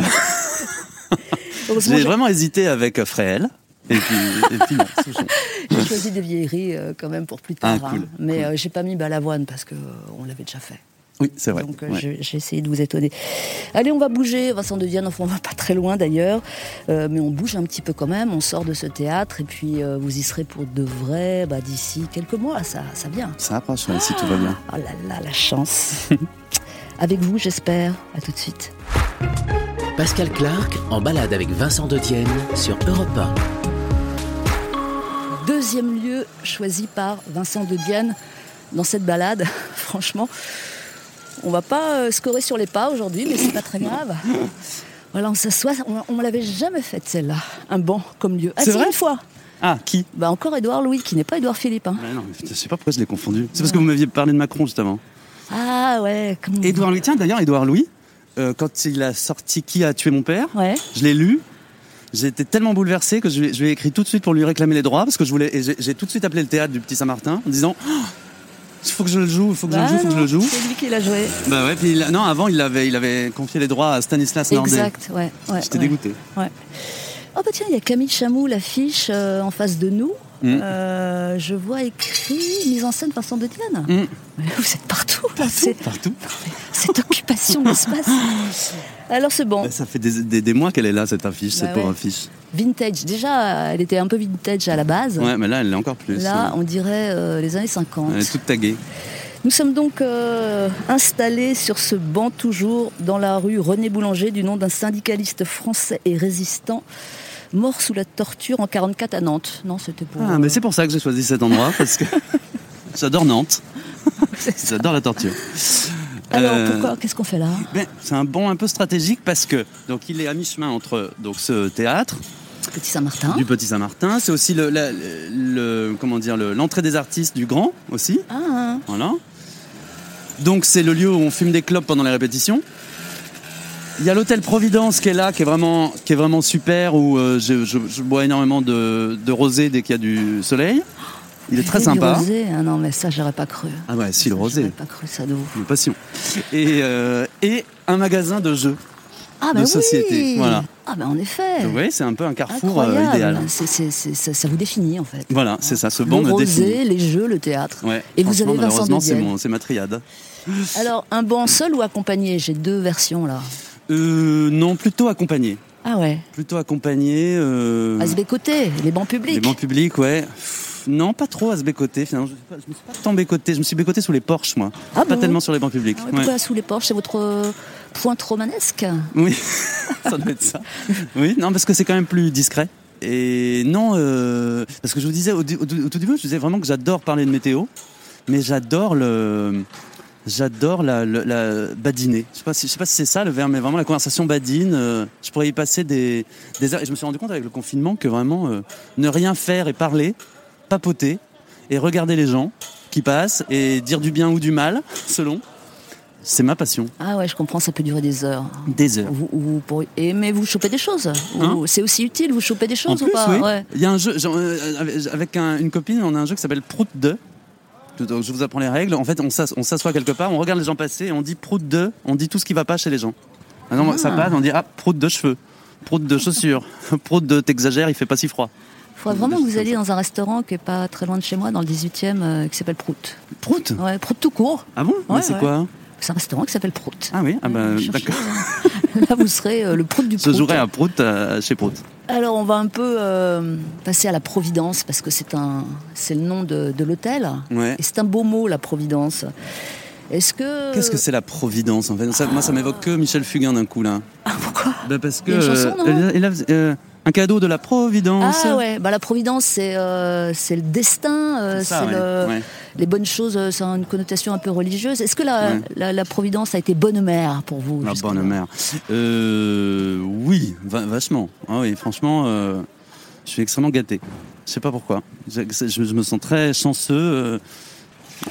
Heureusement,
j'ai
j'ai
vraiment hésité avec euh, Fréhel. Et puis, et puis non, Souchon.
j'ai choisi des vieilleries euh, quand même pour plus tard.
Ah, cool,
hein. Mais
cool.
euh, j'ai pas mis Balavoine parce que euh, on l'avait déjà fait.
Oui, c'est vrai.
Donc euh,
Ouais.
j'ai- j'ai essayé de vous étonner. Allez, on va bouger. Vincent de Vienne, enfin, on va pas très loin d'ailleurs, Euh, mais on bouge un petit peu quand même. On sort de ce théâtre et puis euh, vous y serez pour de vrai bah, d'ici quelques mois. Ça, ça vient.
Ça approche, ouais, si tout va bien.
Oh là là, la chance. Avec vous, j'espère. À tout de suite.
Pascal Clark en balade avec Vincent Detienne sur Europe 1.
Deuxième lieu choisi par Vincent de Dienne dans cette balade. Franchement, on va pas euh, scorer sur les pas aujourd'hui, mais c'est pas très grave. Voilà, on s'assoit. On, on l'avait jamais faite celle-là. Un banc comme lieu. Ah,
C'est
si,
vrai
une fois.
Ah, qui
Bah encore Édouard Louis, qui n'est pas Édouard Philippe. hein.
Ouais, non, mais putain, je sais pas pourquoi je l'ai confondu. C'est parce que vous m'aviez parlé de Macron juste avant.
Ah ouais, comme
Édouard Louis, tiens, d'ailleurs, Édouard Louis, euh, quand il a sorti Qui a tué mon père,
Ouais.
je l'ai lu. J'ai été tellement bouleversé que je lui, ai- je lui ai écrit tout de suite pour lui réclamer les droits parce que je voulais. et J'ai j'ai tout de suite appelé le théâtre du Petit Saint-Martin en disant il faut que je le joue, il faut que
Bah
je le joue, faut que je le
non,
joue.
C'est lui qui l'a joué.
Bah ouais, puis il a- non, avant il avait, il avait confié les droits à Stanislas Nordet.
Exact, ouais. ouais,
J'étais
ouais.
dégoûté.
Ouais. Oh bah tiens, il y a Camille Chamou, l'affiche euh, en face de nous.
Mm.
Euh, je vois écrit mise en scène Vincent de Dienne.
Mm.
Mais Vous êtes partout là, c'est-
Partout.
cette occupation de l'espace. Alors c'est bon,
Bah, Ça fait des, des- des mois qu'elle est là cette affiche,
Bah
cette pauvre
ouais.
affiche.
vintage. Déjà, elle était un peu vintage à la base.
Ouais, mais là elle l'est encore plus.
Là,
Ouais.
on dirait euh, les années 50.
Elle est toute taguée.
Nous sommes donc euh, installés sur ce banc toujours dans la rue René Boulanger du nom d'un syndicaliste français et résistant mort sous la torture en 44 à Nantes. Non, c'était pour...
Ah, mais c'est pour ça que j'ai choisi cet endroit parce que j'adore Nantes,
C'est ça.
j'adore la torture.
Alors
Euh,
pourquoi Qu'est-ce qu'on fait là
ben, c'est un bon un peu stratégique parce que donc il est à mi-chemin entre donc ce théâtre
Petit Saint-Martin.
du Petit Saint-Martin, c'est aussi le, la- le- le- comment dire le- l'entrée des artistes du Grand aussi,
Ah, hein.
voilà. Donc c'est le lieu où on fume des clopes pendant les répétitions. Il y a l'hôtel Providence qui est là, qui est vraiment, qui est vraiment super, où euh, je, je- je bois énormément de, de rosé dès qu'il y a du soleil. Il est très
Du
sympa.
rosé. Ah non, mais ça, j'aurais pas cru.
Ah ouais, si le
Ça,
rosé.
J'aurais pas cru ça de vous.
Une passion. Et, euh, et un magasin de jeux.
Ah
De
bah oui
société, voilà.
Ah bah en effet
Donc, vous voyez, c'est un peu un carrefour euh,
Incroyable.
idéal.
C'est- c'est- c'est- ça, ça vous définit en fait.
Voilà, c'est ça, ce banc
le
me
rosé,
définit.
les jeux, le théâtre.
Ouais,
Et vous
franchement,
avez Vincent
malheureusement,
de
c'est
Dienne.
mon- c'est ma triade.
Alors, un banc seul ou accompagné J'ai deux versions là.
Euh, non, plutôt accompagné.
Ah ouais
Plutôt accompagné. Euh,
À se bécoter, les bancs
les
publics.
bancs publics, ouais. Pff, Non, pas trop à se bécoter. Finalement, je, sais pas, je me suis pas tant bécoté. Je me suis bécoté sous les porches, moi.
Ah
pas
bon
tellement sur les bancs publics.
Ah ouais,
Ouais.
Pourquoi sous les porches C'est votre euh, pointe romanesque
Oui, ça doit être ça. Oui, non, parce que c'est quand même plus discret. Et non, euh, parce que je vous disais au, dé- au dé- au tout début, je disais vraiment que j'adore parler de météo, mais j'adore le, j'adore la, la- la badiner. Je sais pas si, je sais pas si c'est ça le verbe, mais vraiment la conversation badine. euh, je pourrais y passer des, des heures. Et je me suis rendu compte avec le confinement que vraiment euh, ne rien faire et parler, papoter et regarder les gens qui passent et dire du bien ou du mal selon, c'est ma passion.
Ah ouais, je comprends, ça peut durer des heures.
Des heures.
Vous, vous pourriez- eh, mais vous chopez des choses. Ou-
Hein
c'est aussi utile, vous chopez des
En
choses
plus,
ou pas
oui.
Ouais.
Il y a un jeu, genre, euh, avec- avec un- une copine, on a un jeu qui s'appelle Prout 2. Donc, je vous apprends les règles. En fait, on s'as- on s'assoit quelque part, on regarde les gens passer, et on dit Prout 2, on dit tout ce qui va pas chez les gens. Ah non, ça passe, on dit Ah, Prout de cheveux, Prout de chaussures, Prout de t'exagères, il fait pas si froid.
Faudrait vraiment que vous alliez dans un restaurant qui est pas très loin de chez moi, dans le 18 e qui s'appelle Prout.
Prout
Ouais, Prout tout court.
Ah bon Mais
Ouais,
C'est
ouais.
quoi
C'est un restaurant qui s'appelle Prout.
Ah oui, ah bah,
Ouais, cherchez,
d'accord.
euh, Là, vous serez euh, le Prout du
Je
Prout.
jouerai à Prout euh, chez Prout.
Alors, on va un peu euh, passer à la Providence, parce que c'est un, c'est le nom de, de l'hôtel.
Ouais.
Et c'est un beau mot, la Providence. Est-ce que.
Qu'est-ce que c'est la providence en fait Ça- Moi, ça m'évoque que Michel Fugain d'un coup là.
Ah, pourquoi
Bah, parce que.
Il y a une chanson,
euh,
non
elle- elle a- euh, un cadeau de la providence.
Ah ouais, bah, la Providence, c'est euh, c'est le destin, euh,
C'est
c'est
ça, ouais.
le-
Ouais.
les bonnes choses, euh, ça a une connotation un peu religieuse. Est-ce que la,
Ouais.
la, la Providence a été bonne mère pour vous
La
jusqu'à
Ah, bonne
maintenant
mère. Euh, oui, va- vachement. Ah oui, franchement, euh, je suis extrêmement gâté. Je sais pas pourquoi. Je, je- je me sens très chanceux. euh,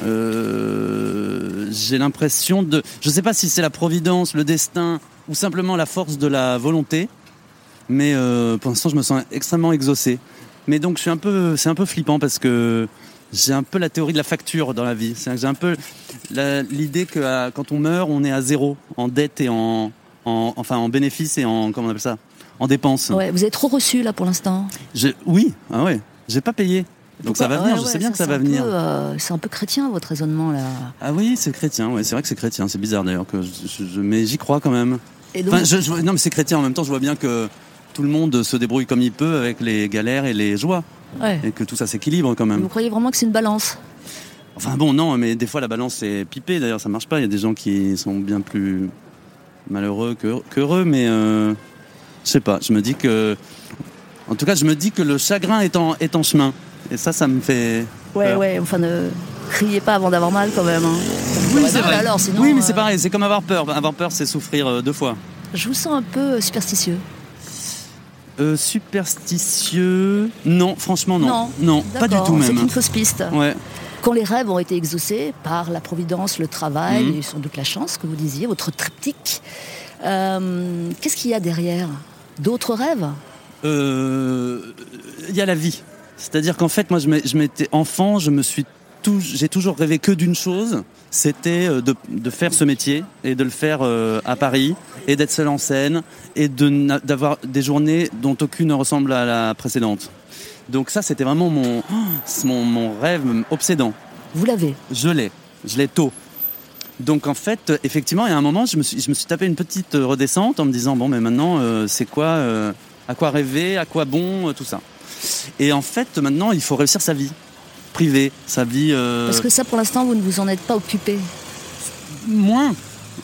euh, j'ai l'impression de. Je sais pas si c'est la providence, le destin ou simplement la force de la volonté, mais euh, pour l'instant, je me sens extrêmement exaucé. Mais donc, je suis un peu, c'est un peu flippant parce que j'ai un peu la théorie de la facture dans la vie. C'est-à-dire que J'ai un peu la- l'idée que à- quand on meurt, on est à zéro en dette et en, en- enfin en bénéfice et en comment on appelle ça, en dépenses.
Ouais, vous avez trop reçu là pour l'instant.
Je- oui, ah ouais, j'ai pas payé. Donc ça va
Pourquoi-
venir,
ouais,
je sais
ouais,
bien que ça
c'est
va
un
venir.
peu, euh, c'est un peu chrétien votre raisonnement là.
Ah oui, c'est chrétien, ouais, c'est vrai que c'est chrétien, c'est bizarre d'ailleurs, que je- je- je- mais j'y crois quand même.
Et donc,
Enfin, je- je- non mais c'est chrétien, en même temps je vois bien que tout le monde se débrouille comme il peut avec les galères et les joies,
ouais.
et que tout ça s'équilibre quand même.
vous croyez vraiment que c'est une balance
Enfin bon, non, mais des fois la balance est pipée, d'ailleurs ça marche pas, il y a des gens qui sont bien plus malheureux que, qu'heureux, mais euh, je sais pas, je me dis que... En tout cas, je me dis que le chagrin est en, est en chemin, et ça, ça me fait...
Ouais,
peur.
ouais, enfin ne criez pas avant d'avoir mal quand même. hein.
Oui,
Ouais,
c'est
non,
vrai.
mais alors, sinon,
oui, mais c'est
euh,
pareil, c'est comme avoir peur. Avoir peur, c'est souffrir euh, deux fois.
Je vous sens un peu superstitieux.
Euh, superstitieux Non, franchement, non.
Non.
pas du
D'accord,
tout
C'est
même.
une fausse piste.
Ouais.
Quand les rêves ont été exaucés par la providence, le travail
Mhm.
et sans doute la chance que vous disiez, votre triptyque, euh, qu'est-ce qu'il y a derrière D'autres rêves
Euh, Il y a la vie. C'est-à-dire qu'en fait, moi, je m'ai- je m'étais enfant, je me suis tou- j'ai toujours rêvé que d'une chose, c'était euh, de, de faire ce métier et de le faire euh, à Paris et d'être seul en scène et de na- d'avoir des journées dont aucune ne ressemble à la précédente. Donc ça, c'était vraiment mon, oh, c'est mon, mon rêve obsédant.
Vous l'avez.
Je l'ai. Je l'ai tôt. Donc en fait, euh, effectivement, il y a un moment, je me suis, je me suis tapé une petite euh, redescente en me disant bon, mais maintenant, euh, c'est quoi euh, À quoi rêver À quoi bon euh, Tout ça. Et en fait, maintenant, il faut réussir sa vie privée, sa vie euh,
Parce que ça, pour l'instant, vous ne vous en êtes pas occupé.
moins,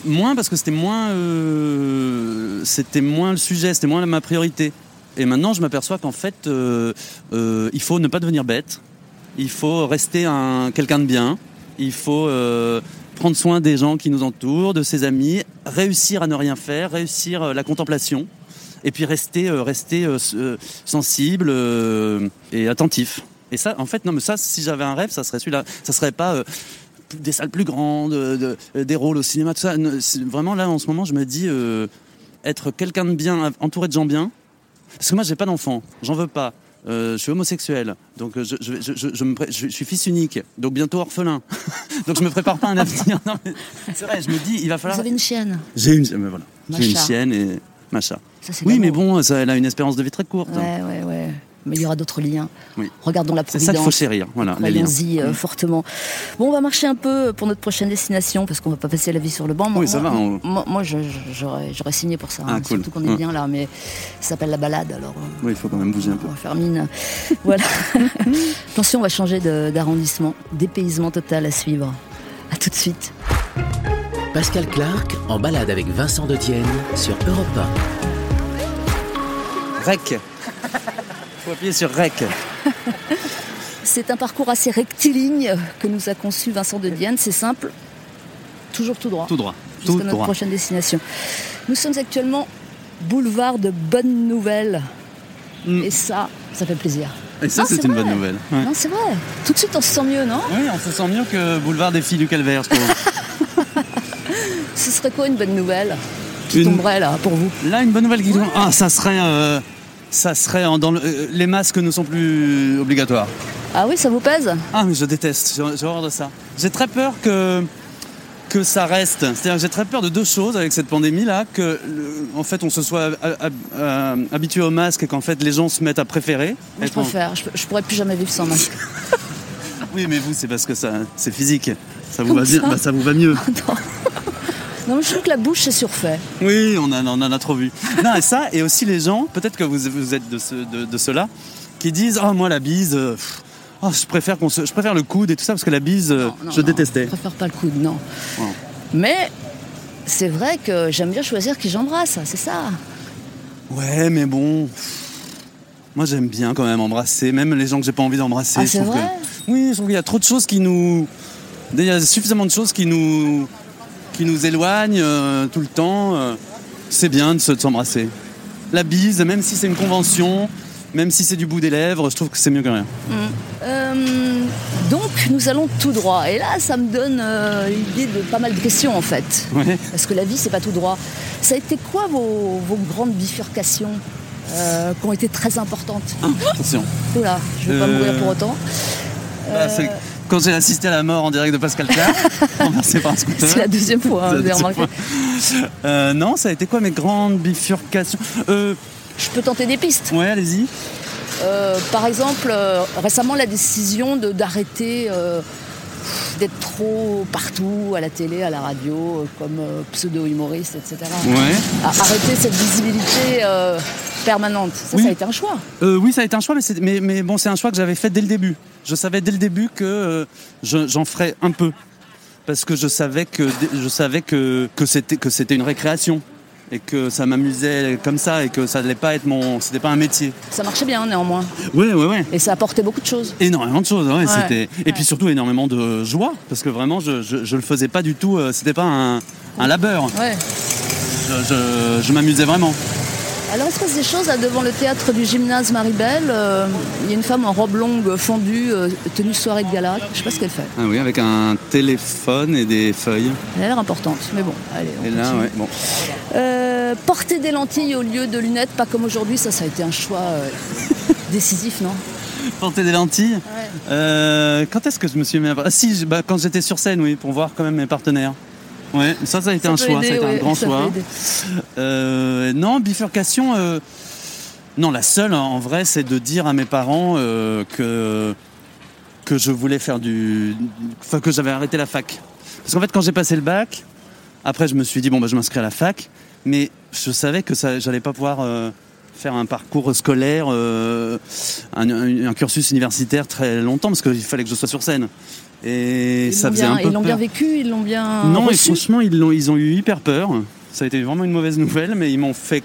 moins parce que c'était moins, euh, c'était moins le sujet, c'était moins ma priorité. Et maintenant, je m'aperçois qu'en fait, euh, euh, il faut ne pas devenir bête. Il faut rester un quelqu'un de bien. Il faut euh, prendre soin des gens qui nous entourent, de ses amis, réussir à ne rien faire, réussir euh, la contemplation, et puis rester, euh, rester euh, s- euh, sensible euh, et attentif. Et ça, en fait, non, mais ça, si j'avais un rêve, ça serait celui-là. Ça serait pas euh, des salles plus grandes, euh, de- euh, des rôles au cinéma, tout ça. Ne- c'est- Vraiment, là, en ce moment, je me dis euh, être quelqu'un de bien, entouré de gens bien. Parce que moi, j'ai pas d'enfant, j'en veux pas. Euh, je suis homosexuel, donc euh, je, je, je, je, je me pré- je- je suis fils unique, donc bientôt orphelin. donc je me prépare pas à un avenir. Non, mais C'est vrai, je me dis, il va falloir.
Vous avez une chienne.
J'ai une, mais voilà.
Ma
J'ai une
chat.
chienne et ma chat.
Ça, c'est
Oui,
d'amour.
mais bon, ça, elle a une espérance de vie très courte.
Ouais, ouais, ouais. Mais il y aura d'autres liens.
Oui.
Regardons la
C'est ça qu'il faut
providence.
chérir, voilà, les liens.
Croyons-y euh, fortement. Bon, on va marcher un peu pour notre prochaine destination parce qu'on va pas passer la vie sur le banc. Moi-
Oui, ça
moi-
va, on-
Moi, moi, je- je- j'aurais j'aurais signé pour ça. hein,
Ah, cool.
Surtout qu'on est
Ouais.
bien là, mais ça s'appelle la balade, alors euh,
Oui, il faut quand même bouger un peu.
on va faire mine. voilà. Attention, on va changer de- d'arrondissement. Dépaysement total à suivre. À tout de suite.
Pascal Clark en balade avec Vincent Detienne sur Europe
Rec Faut appuyer sur rec.
C'est un parcours assez rectiligne que nous a conçu Vincent de Dienne. C'est simple, toujours tout droit.
Tout droit.
jusqu'à
Tout
notre
droit.
prochaine destination. Nous sommes actuellement boulevard de Bonnes Nouvelles.
Mm.
Et ça, ça fait plaisir.
Et ça,
Non,
c'est
Ah, c'est
une
vrai.
bonne nouvelle. Ouais.
Non, c'est vrai. Tout de suite, on se sent mieux, non
Oui, on se sent mieux que Boulevard des Filles du Calvaire, je trouve.
Ce serait quoi une bonne nouvelle qui
Une-
tomberait là pour vous
Là, une bonne nouvelle qui Ah, ça serait. euh, Ça serait en- dans le- euh, les masques ne sont plus obligatoires.
Ah oui, ça vous pèse
Ah mais je déteste, j'ai j'ai horreur de ça. J'ai très peur que que ça reste. C'est-à-dire que j'ai très peur de deux choses avec cette pandémie là, que le- en fait on se soit hab- hab- euh, habitué au masque et qu'en fait les gens se mettent à préférer.
Moi, Je
Être en-
préfère. Je, je pourrais plus jamais vivre sans masque.
Oui mais vous c'est parce que ça c'est physique. Ça vous
Comme
va bien,
ça.
bah, ça vous va mieux.
Non, mais je trouve que la bouche, c'est surfait.
Oui, on, en- on en a trop vu. Non, et ça, et aussi les gens, peut-être que vous, vous êtes de, ce, de, de ceux-là, qui disent Ah, moi, la bise, euh, pff, ah, je, préfère qu'on se, je préfère le coude et tout ça, parce que la bise, euh,
Non, non,
je
non,
détestais.
Je préfère pas le coude, non.
Non.
Mais c'est vrai que j'aime bien choisir qui j'embrasse, c'est ça.
Ouais, mais bon. pff, Moi, j'aime bien quand même embrasser, même les gens que j'ai pas envie d'embrasser.
Ah,
je
c'est
trouve
vrai
que- Oui, je trouve qu'il y a trop de choses qui nous. Il y a suffisamment de choses qui nous, qui nous éloignent euh, tout le temps. euh. C'est bien de se- de s'embrasser. La bise, même si c'est une convention, Même si c'est du bout des lèvres, je trouve que c'est mieux que rien.
Euh, donc nous allons tout droit. Et là, ça me donne euh, l'idée de pas mal de questions en fait.
Ouais.
Parce que la vie, c'est pas tout droit. Ça a été quoi vos, vos grandes bifurcations euh, qui ont été très importantes
Ah, attention.
Oula, je vais pas
Euh,
mourir pour autant. Euh.
Bah, c'est- Quand j'ai assisté à la mort en direct de Pascal Clark, renversé par un scooter.
C'est la deuxième fois, hein,
C'est la
vous avez
deuxième
remarqué.
fois. Euh, non, ça a été quoi mes grandes bifurcations Euh,
Je peux tenter des pistes.
Ouais, allez-y.
Euh, par exemple, euh, récemment, la décision de- d'arrêter euh, d'être trop partout, à la télé, à la radio, euh, comme euh, pseudo-humoriste, etc.
Ouais.
À- Arrêter cette visibilité euh, permanente. Ça,
Oui.
ça a été un choix.
Euh, oui, ça a été un choix, mais, c'est- mais, mais bon, c'est un choix que j'avais fait dès le début. Je savais dès le début que euh, je- j'en ferais un peu. Parce que je savais que, je savais que, que c'était que c'était une récréation. Et que ça m'amusait comme ça, et que ça n'allait pas être mon. C'était pas un métier.
Ça marchait bien, néanmoins.
Ouais, ouais, ouais.
Et ça apportait beaucoup de choses.
Énormément de choses, ouais, c'était. Et
ouais.
puis surtout énormément de joie, parce que vraiment, je, je, je le faisais pas du tout, euh, c'était pas un, un labeur.
Ouais.
Je, je- je m'amusais vraiment.
Alors, il se passe des choses là, devant le théâtre du gymnase Maribel. euh, Il y a une femme en robe longue fondue, euh, tenue soirée de gala. Je sais pas ce qu'elle fait.
Ah oui, avec un téléphone et des feuilles.
Elle a l'air importante, mais bon, allez. On
Et là,
continue.
ouais, bon.
Euh, porter des lentilles au lieu de lunettes, pas comme aujourd'hui, ça, ça a été un choix euh, décisif, non
Porter des lentilles.
Ouais.
Euh, quand est-ce que je me suis mis à... Ah si, je- bah, quand j'étais sur scène, oui, pour voir quand même mes partenaires. Ouais, ça, ça a été un
peut
choix,
aider,
ça a été
ouais,
un grand
ça peut
choix.
aider.
Euh, non, bifurcation. euh, Non, la seule hein, en vrai, c'est de dire à mes parents euh, que que je voulais faire du, enfin que j'avais arrêté la fac. Parce qu'en fait, quand j'ai passé le bac, après je me suis dit bon bah je m'inscris à la fac, mais je savais que ça, j'allais pas pouvoir euh, faire un parcours scolaire, euh, un, un- un cursus universitaire très longtemps parce qu'il fallait que je sois sur scène. Et
Ils
ça
l'ont
faisait
bien-
un peu
Ils l'ont bien
peur.
vécu, ils l'ont bien
Non, et
reçu.
franchement, ils ont, ils ont eu hyper peur. Ça a été vraiment une mauvaise nouvelle, mais ils m'ont fait.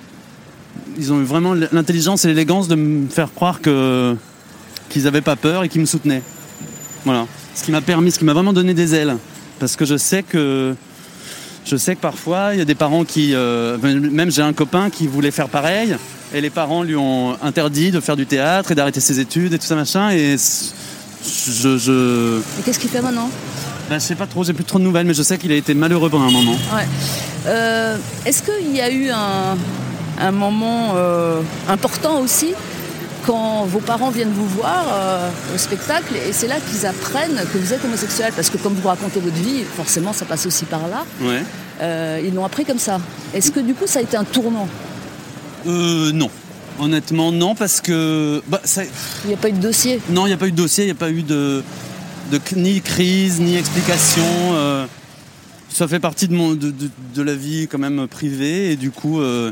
Ils ont eu vraiment l'intelligence et l'élégance de me faire croire que qu'ils n'avaient pas peur et qu'ils me soutenaient. Voilà. Ce qui m'a permis, ce qui m'a vraiment donné des ailes. Parce que je sais que. Je sais que parfois, il y a des parents qui. euh, même j'ai un copain qui voulait faire pareil, et les parents lui ont interdit de faire du théâtre et d'arrêter ses études et tout ça machin, et. c- Je. je...
Et qu'est-ce qu'il fait maintenant
Bah, je sais pas trop, j'ai plus trop de nouvelles, mais je sais qu'il a été malheureux pendant un moment.
Ouais. Euh, Est-ce qu'il y a eu un, un moment euh, important aussi quand vos parents viennent vous voir euh, au spectacle et c'est là qu'ils apprennent que vous êtes homosexuel Parce que comme vous racontez votre vie, forcément ça passe aussi par là.
Ouais.
Euh, ils l'ont appris comme ça. Est-ce que du coup ça a été un tournant
Euh, non. Honnêtement, non, parce que. Bah, ça-
Il n'y a pas eu de dossier
Non, il n'y a pas eu de dossier, il n'y a pas eu de, de c- ni crise, ni explication. euh, ça fait partie de, mon, de, de- de la vie quand même privée, et du coup, euh,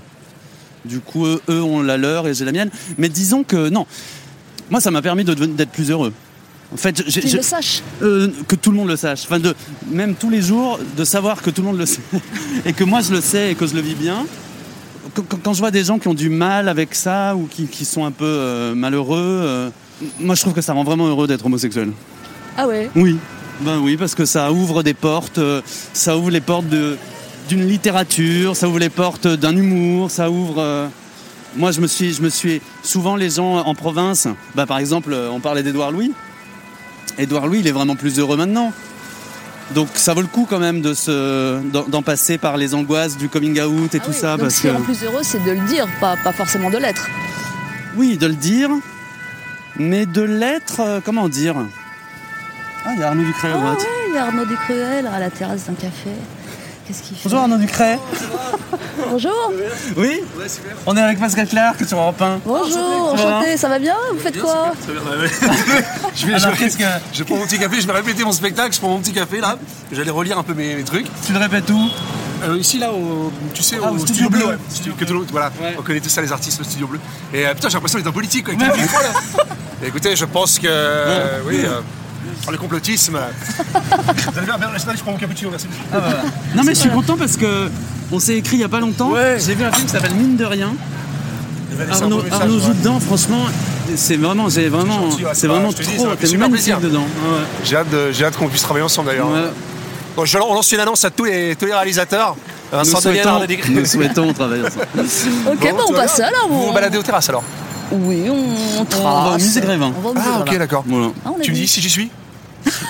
du coup eux, eux ont la leur et j'ai la mienne. Mais disons que non. Moi, ça m'a permis de deven- d'être plus heureux. En fait, j'ai-
Qu'ils
j'ai-
le sachent.
euh, que tout le monde le sache. Enfin, de, même tous les jours, de savoir que tout le monde le sait et que moi je le sais et que je le vis bien. Qu- qu- Quand je vois des gens qui ont du mal avec ça ou qui, qui sont un peu euh, malheureux, euh, moi je trouve que ça rend vraiment heureux d'être homosexuel.
Ah ouais
Oui. Ben oui, parce que ça ouvre des portes, euh, ça ouvre les portes de- d'une littérature, ça ouvre les portes d'un humour, ça ouvre. euh, Moi, je me suis, je me suis souvent les gens en province. Bah, par exemple, euh, on parlait d'Edouard Louis. Edouard Louis, il est vraiment plus heureux maintenant. Donc, ça vaut le coup quand même de se d'en d'en passer par les angoisses du coming out et
Ah
tout
oui,
ça,
donc
parce
ce
que
qui rend plus heureux, c'est de le dire, pas, pas forcément de l'être.
oui, de le dire, mais de l'être, euh, comment dire Ah, il y a Arnaud Ducret à
Ah
droite.
ouais, il y a Arnaud Descruelles à la terrasse d'un café. Qu'est-ce qu'il fait
Bonjour Arnaud Ducret.
Bonjour
Oui On est avec Pascal Clark sur Europe 1.
Bonjour, enchanté, ça va bien Vous faites quoi
je, vais,
Alors,
je-
qu'est-ce que-
je prends mon petit café, je vais répéter mon spectacle, je prends mon petit café là, j'allais relire un peu mes, mes trucs.
Tu le répètes où
Euh, ici là, au, tu sais,
Ah,
au, studio, bleu, ouais. Studio- que tout le monde- voilà,
Ouais.
on connaît tous ça les artistes, le studio bleu. Et euh, putain, j'ai l'impression d'être en politique quoi, avec les micros, là. Et Écoutez, je pense que. euh, oui, euh, le complotisme. Vous allez bien, ben, attendez, je prends mon cappuccino, merci.
Non mais je suis content parce que on s'est écrit il y a pas longtemps.
Ah Ouais.
J'ai vu un film qui s'appelle Mine de rien.
Je vais laisser un
Arnaud,
beau message,
Arnaud joue
ouais.
dedans, franchement, c'est vraiment, j'ai vraiment,
gentil, ouais,
c'est
c'est pas-
vraiment
je te dis, ça
trop,
m'a fait
t'es
super
magnifique
plaisir.
dedans. Ah
J'ai hâte, de- j'ai hâte qu'on puisse travailler ensemble
Ouais.
d'ailleurs.
Ouais.
Bon, je- on lance une annonce à tous les, tous les réalisateurs.
Nous,
Vincent Devienne,
souhaitons,
Arnaud Descr-
nous souhaitons travailler ensemble.
Ok, bon,
tout
on
va
passe
bien
ça alors.
Vous
on-
vous baladez aux terrasses alors
Oui, on, on trace.
va au musée Grévin.
On va au musée
Ah, ok,
Grévin.
d'accord.
Voilà.
Ah, on a
Tu me
dit.
dis si j'y suis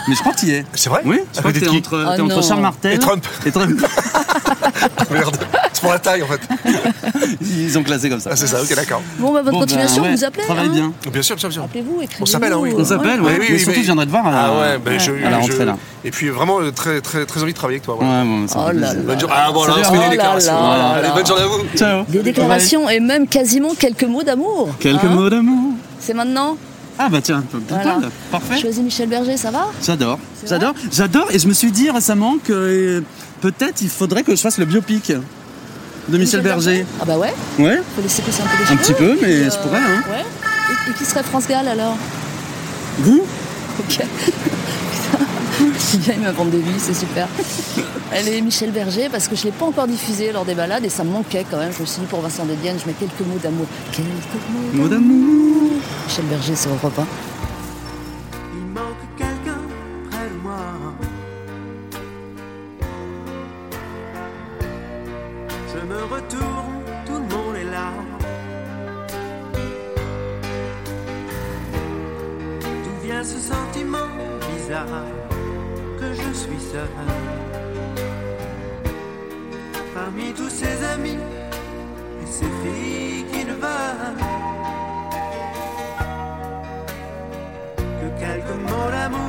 Mais je crois que t'y es.
C'est vrai
Oui, je
À
crois que
côté
t'es
de qui
entre,
Ah
t'es entre
non.
Charles Martel
Et Trump.
Et Trump.
Merde. C'est pour la taille, en fait.
Ils ont classé comme ça.
Ah, c'est ça, ok, d'accord.
Bon, bah, votre
Bon, bah,
continuation,
ouais,
vous appelez.
Travaille
hein.
bien.
Bien sûr, bien sûr.
Appelez-vous, écrivez-nous.
On s'appelle, hein, oui.
euh,
On
On s'appelle,
Ouais,
ouais.
oui,
mais
oui,
surtout,
mais-
je viendrai te voir.
Ah
euh,
ouais, ben je,
à la
je-
rentrée là.
Et puis vraiment euh, très très très envie de travailler avec toi. vraiment.
Ouais, bon, ça
Oh
fait
là
plaisir.
là.
Bonne journée. Ah bon, là, on se
Salut,
met
hein.
des déclarations.
Oh là là.
Allez, bonne journée à vous.
Ciao.
Des déclarations et même quasiment quelques mots d'amour.
Quelques
Hein
mots d'amour.
C'est maintenant
Ah bah tiens, pile poil.
Voilà.
Parfait.
Choisis Michel Berger, ça va
J'adore,
C'est
j'adore, j'adore. Et je me suis dit récemment que euh, peut-être il faudrait que je fasse le biopic de Michel, Berger.
Ah bah ouais,
Ouais.
faut laisser pousser un peu les
Un
cheveux.
petit peu,
et puis,
mais je pourrais, hein.
Ouais. Et, et qui serait France Gall alors
Vous
Ok. Putain, bien, il m'invente des vies, c'est super. Allez, Michel Berger, parce que je ne l'ai pas encore diffusé lors des balades et ça me manquait quand même. Je me suis dit pour Vincent de Dienne, je mets quelques mots d'amour. Quelques mots
Mot d'amour.
Michel Berger, c'est Europe 1.
Il manque quelqu'un près de moi. Je me retourne, tout le monde est là. D'où vient ce sentiment bizarre que je suis seul Parmi tous ces amis et ces filles qui ne veulent que quelques mots d'amour.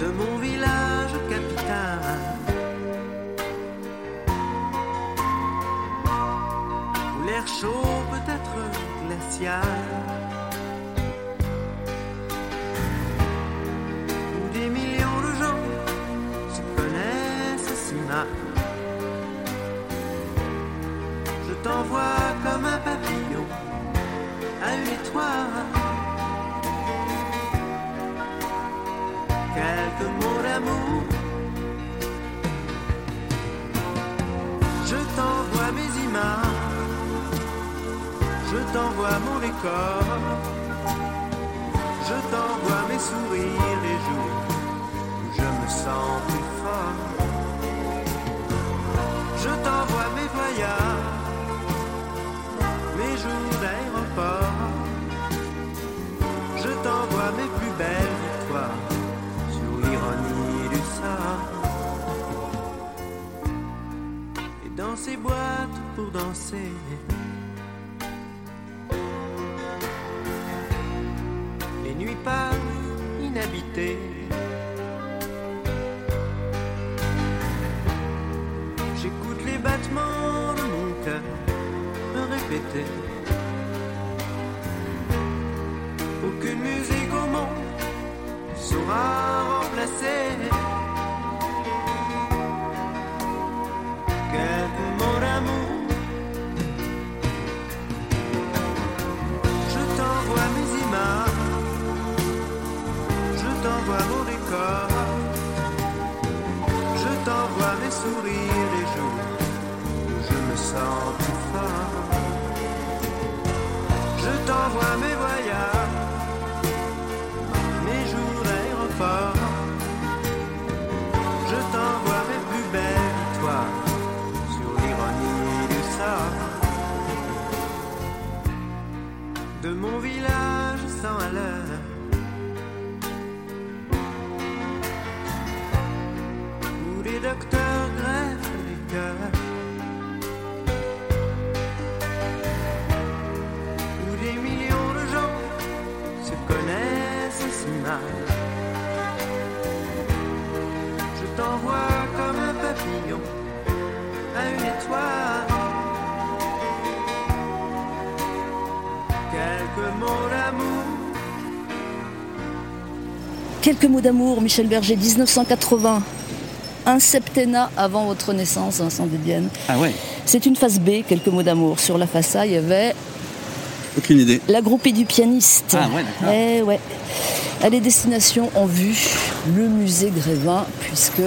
De mon village capital, où l'air chaud peut être glacial, où des millions de gens se connaissent si mal. Je t'envoie comme un papillon à une étoile. Quelques mots d'amour. Je t'envoie mes images. Je t'envoie mon décor. Je t'envoie mes sourires les jours où je me sens plus fort. Je t'envoie mes voyages mes jours d'aéroport. Je t'envoie mes plus belles victoires sur l'ironie du sort. Et dans ces boîtes pour danser. Les nuits passent inhabitées. J'écoute les battements de mon cœur me répéter. Aucune musique au monde ne saura remplacer. Quelques mots d'amour. Je t'envoie mes images. Je t'envoie mon décor. Je t'envoie mes sourires les jours je me sens plus fort. Je t'envoie mes voyages, mes jours d'aéroport. Je t'envoie mes plus belles victoires sur l'ironie du sort. De mon village sans à l'heure. Où les docteurs greffent les cœurs. où des millions de gens se connaissent si mal. Je t'envoie comme un papillon à une étoile. Quelques mots d'amour.
Quelques mots d'amour, Michel Berger, 1980. Un septennat avant votre naissance, Vincent de Dienne.
Ah ouais,
C'est une phase B, quelques mots d'amour. Sur la face A, il y avait
aucune idée.
la groupie du pianiste.
Ah ouais, d'accord.
Eh ouais. Allez, destination en vue, le musée Grévin, puisque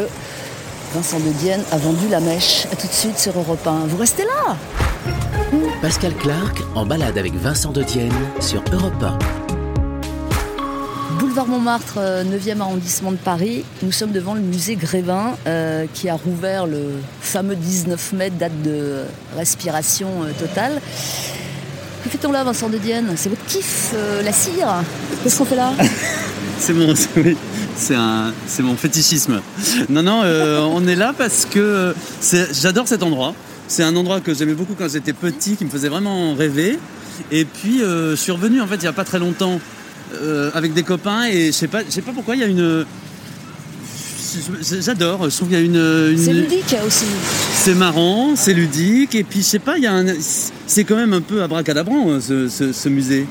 Vincent de Dienne a vendu la mèche. A tout de suite sur Europe 1. Vous restez là
Pascal Clark en balade avec Vincent de Dienne sur Europe 1.
Boulevard Montmartre, euh, 9e arrondissement de Paris. Nous sommes devant le musée Grévin euh, qui a rouvert le fameux 19 mai, date de euh, respiration euh, totale. Que fait-on là, Vincent de Dienne C'est votre kiff, euh, la cire Qu'est-ce qu'on fait là
C'est mon, oui, c'est un, c'est mon fétichisme. Non, non, euh, on est là parce que euh, c'est- j'adore cet endroit. C'est un endroit que j'aimais beaucoup quand j'étais petit, qui me faisait vraiment rêver. Et puis, euh, je suis revenu en fait il y a pas très longtemps euh, avec des copains et je sais pas, je sais pas pourquoi il y a une. J'adore. Je trouve qu'il y a une. une-
C'est ludique aussi.
c'est marrant, c'est ludique et puis je sais pas, il y a un. C'est quand même un peu abracadabrant euh, ce- ce- ce musée.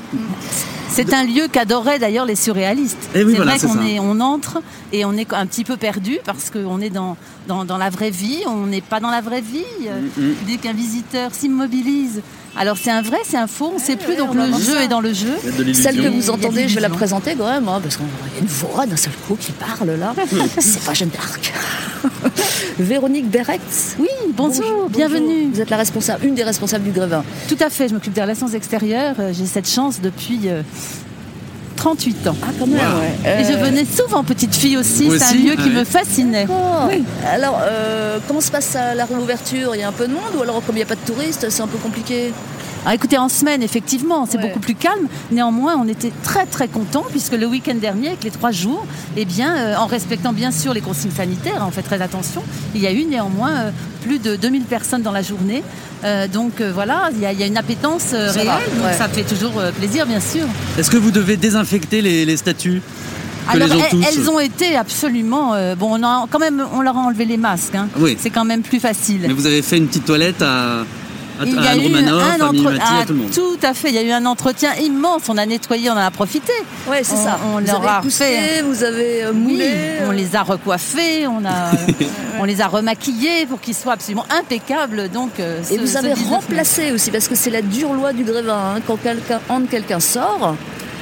C'est un lieu qu'adoraient d'ailleurs les surréalistes.
Eh oui,
c'est
voilà,
vrai
c'est
qu'on
ça.
est, on entre et on est un petit peu perdu parce qu'on est dans, dans, dans la vraie vie, on n'est pas dans la vraie vie.
Mm-hmm.
Dès qu'un visiteur s'immobilise, alors c'est un vrai, c'est un faux, Eh on ne sait plus, donc le jeu est dans le jeu.
Il y a de l'illusion.
Celle que vous
Il y a des
entendez, je vais la
illusions.
présenter quand même, hein, parce qu'il y a une voix d'un seul coup qui parle là. C'est pas Jeanne d'Arc. Véronique Berrex.
Oui, bonjour, bienvenue.
Vous êtes la responsable, une des responsables du Grévin.
Tout à fait, je m'occupe des relations extérieures, euh, j'ai cette chance depuis euh, 38 ans.
Ah, quand même, ouais.
Et je venais souvent petite fille aussi,
Euh. Vous
c'est un
aussi
lieu qui
Ouais.
me fascinait.
D'accord. Alors, euh, comment se passe euh, la réouverture Il y a un peu de monde ou alors comme il n'y a pas de touristes, c'est un peu compliqué
Ah, écoutez, en semaine, effectivement, c'est
Ouais.
beaucoup plus calme. Néanmoins, on était très très contents puisque le week-end dernier, avec les trois jours, eh bien, euh, en respectant bien sûr les consignes sanitaires, hein, on fait très attention, il y a eu néanmoins euh, plus de 2000 personnes dans la journée. Euh, donc euh, voilà, il y, a- il y a une appétence euh,
Ça
réelle,
va,
donc
ouais.
ça fait toujours euh, plaisir, bien sûr.
Est-ce que vous devez désinfecter les, les statues que
Alors, eh,
les gens euh,
elles,
touchent
elles ont été absolument. euh, bon, on a quand même, on leur a enlevé les masques. hein.
Oui.
C'est quand même plus facile.
Mais vous avez fait une petite toilette à, à,
Il y
à
a eu
Andromanov,
un
à
entre-
Mimimati,
Ah,
à tout le monde.
Tout à fait, il y a eu un entretien immense. On a nettoyé, on en a profité.
Ouais, c'est
On-
ça.
on
vous
leur
avez
a
poussé,
refait.
vous avez euh,
Oui,
moulé.
on les a recoiffés, on, a, on les a remaquillés pour qu'ils soient absolument impeccables. Donc, euh,
Et
ce-
vous
ce
avez
19 mai.
remplacé aussi, parce que c'est la dure loi du Grévin, hein, quand quelqu'un entre, quelqu'un sort.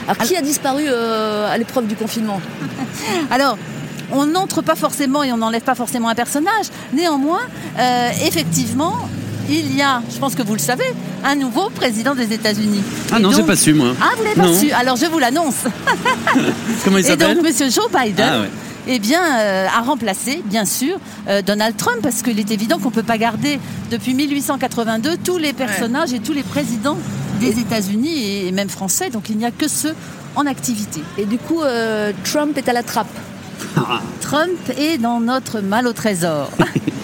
Alors, qui a disparu euh, à l'épreuve du confinement
Alors, on n'entre pas forcément et on n'enlève pas forcément un personnage. Néanmoins, euh, effectivement, il y a, je pense que vous le savez, un nouveau président des États-Unis.
Ah
Et
non, j'ai
donc-
pas su moi.
Ah, vous l'avez pas
Non.
su Alors, je vous l'annonce.
Comment il
Et
s'appelle
donc, Monsieur Joe Biden.
Ah ouais.
Eh bien, euh, a remplacé, bien sûr, euh, Donald Trump, parce qu'il est évident qu'on ne peut pas garder depuis 1882 tous les personnages et tous les présidents des États-Unis et même français. Donc, il n'y a que ceux en activité.
Et du coup, euh, Trump est à la trappe.
Trump est dans notre mal au trésor.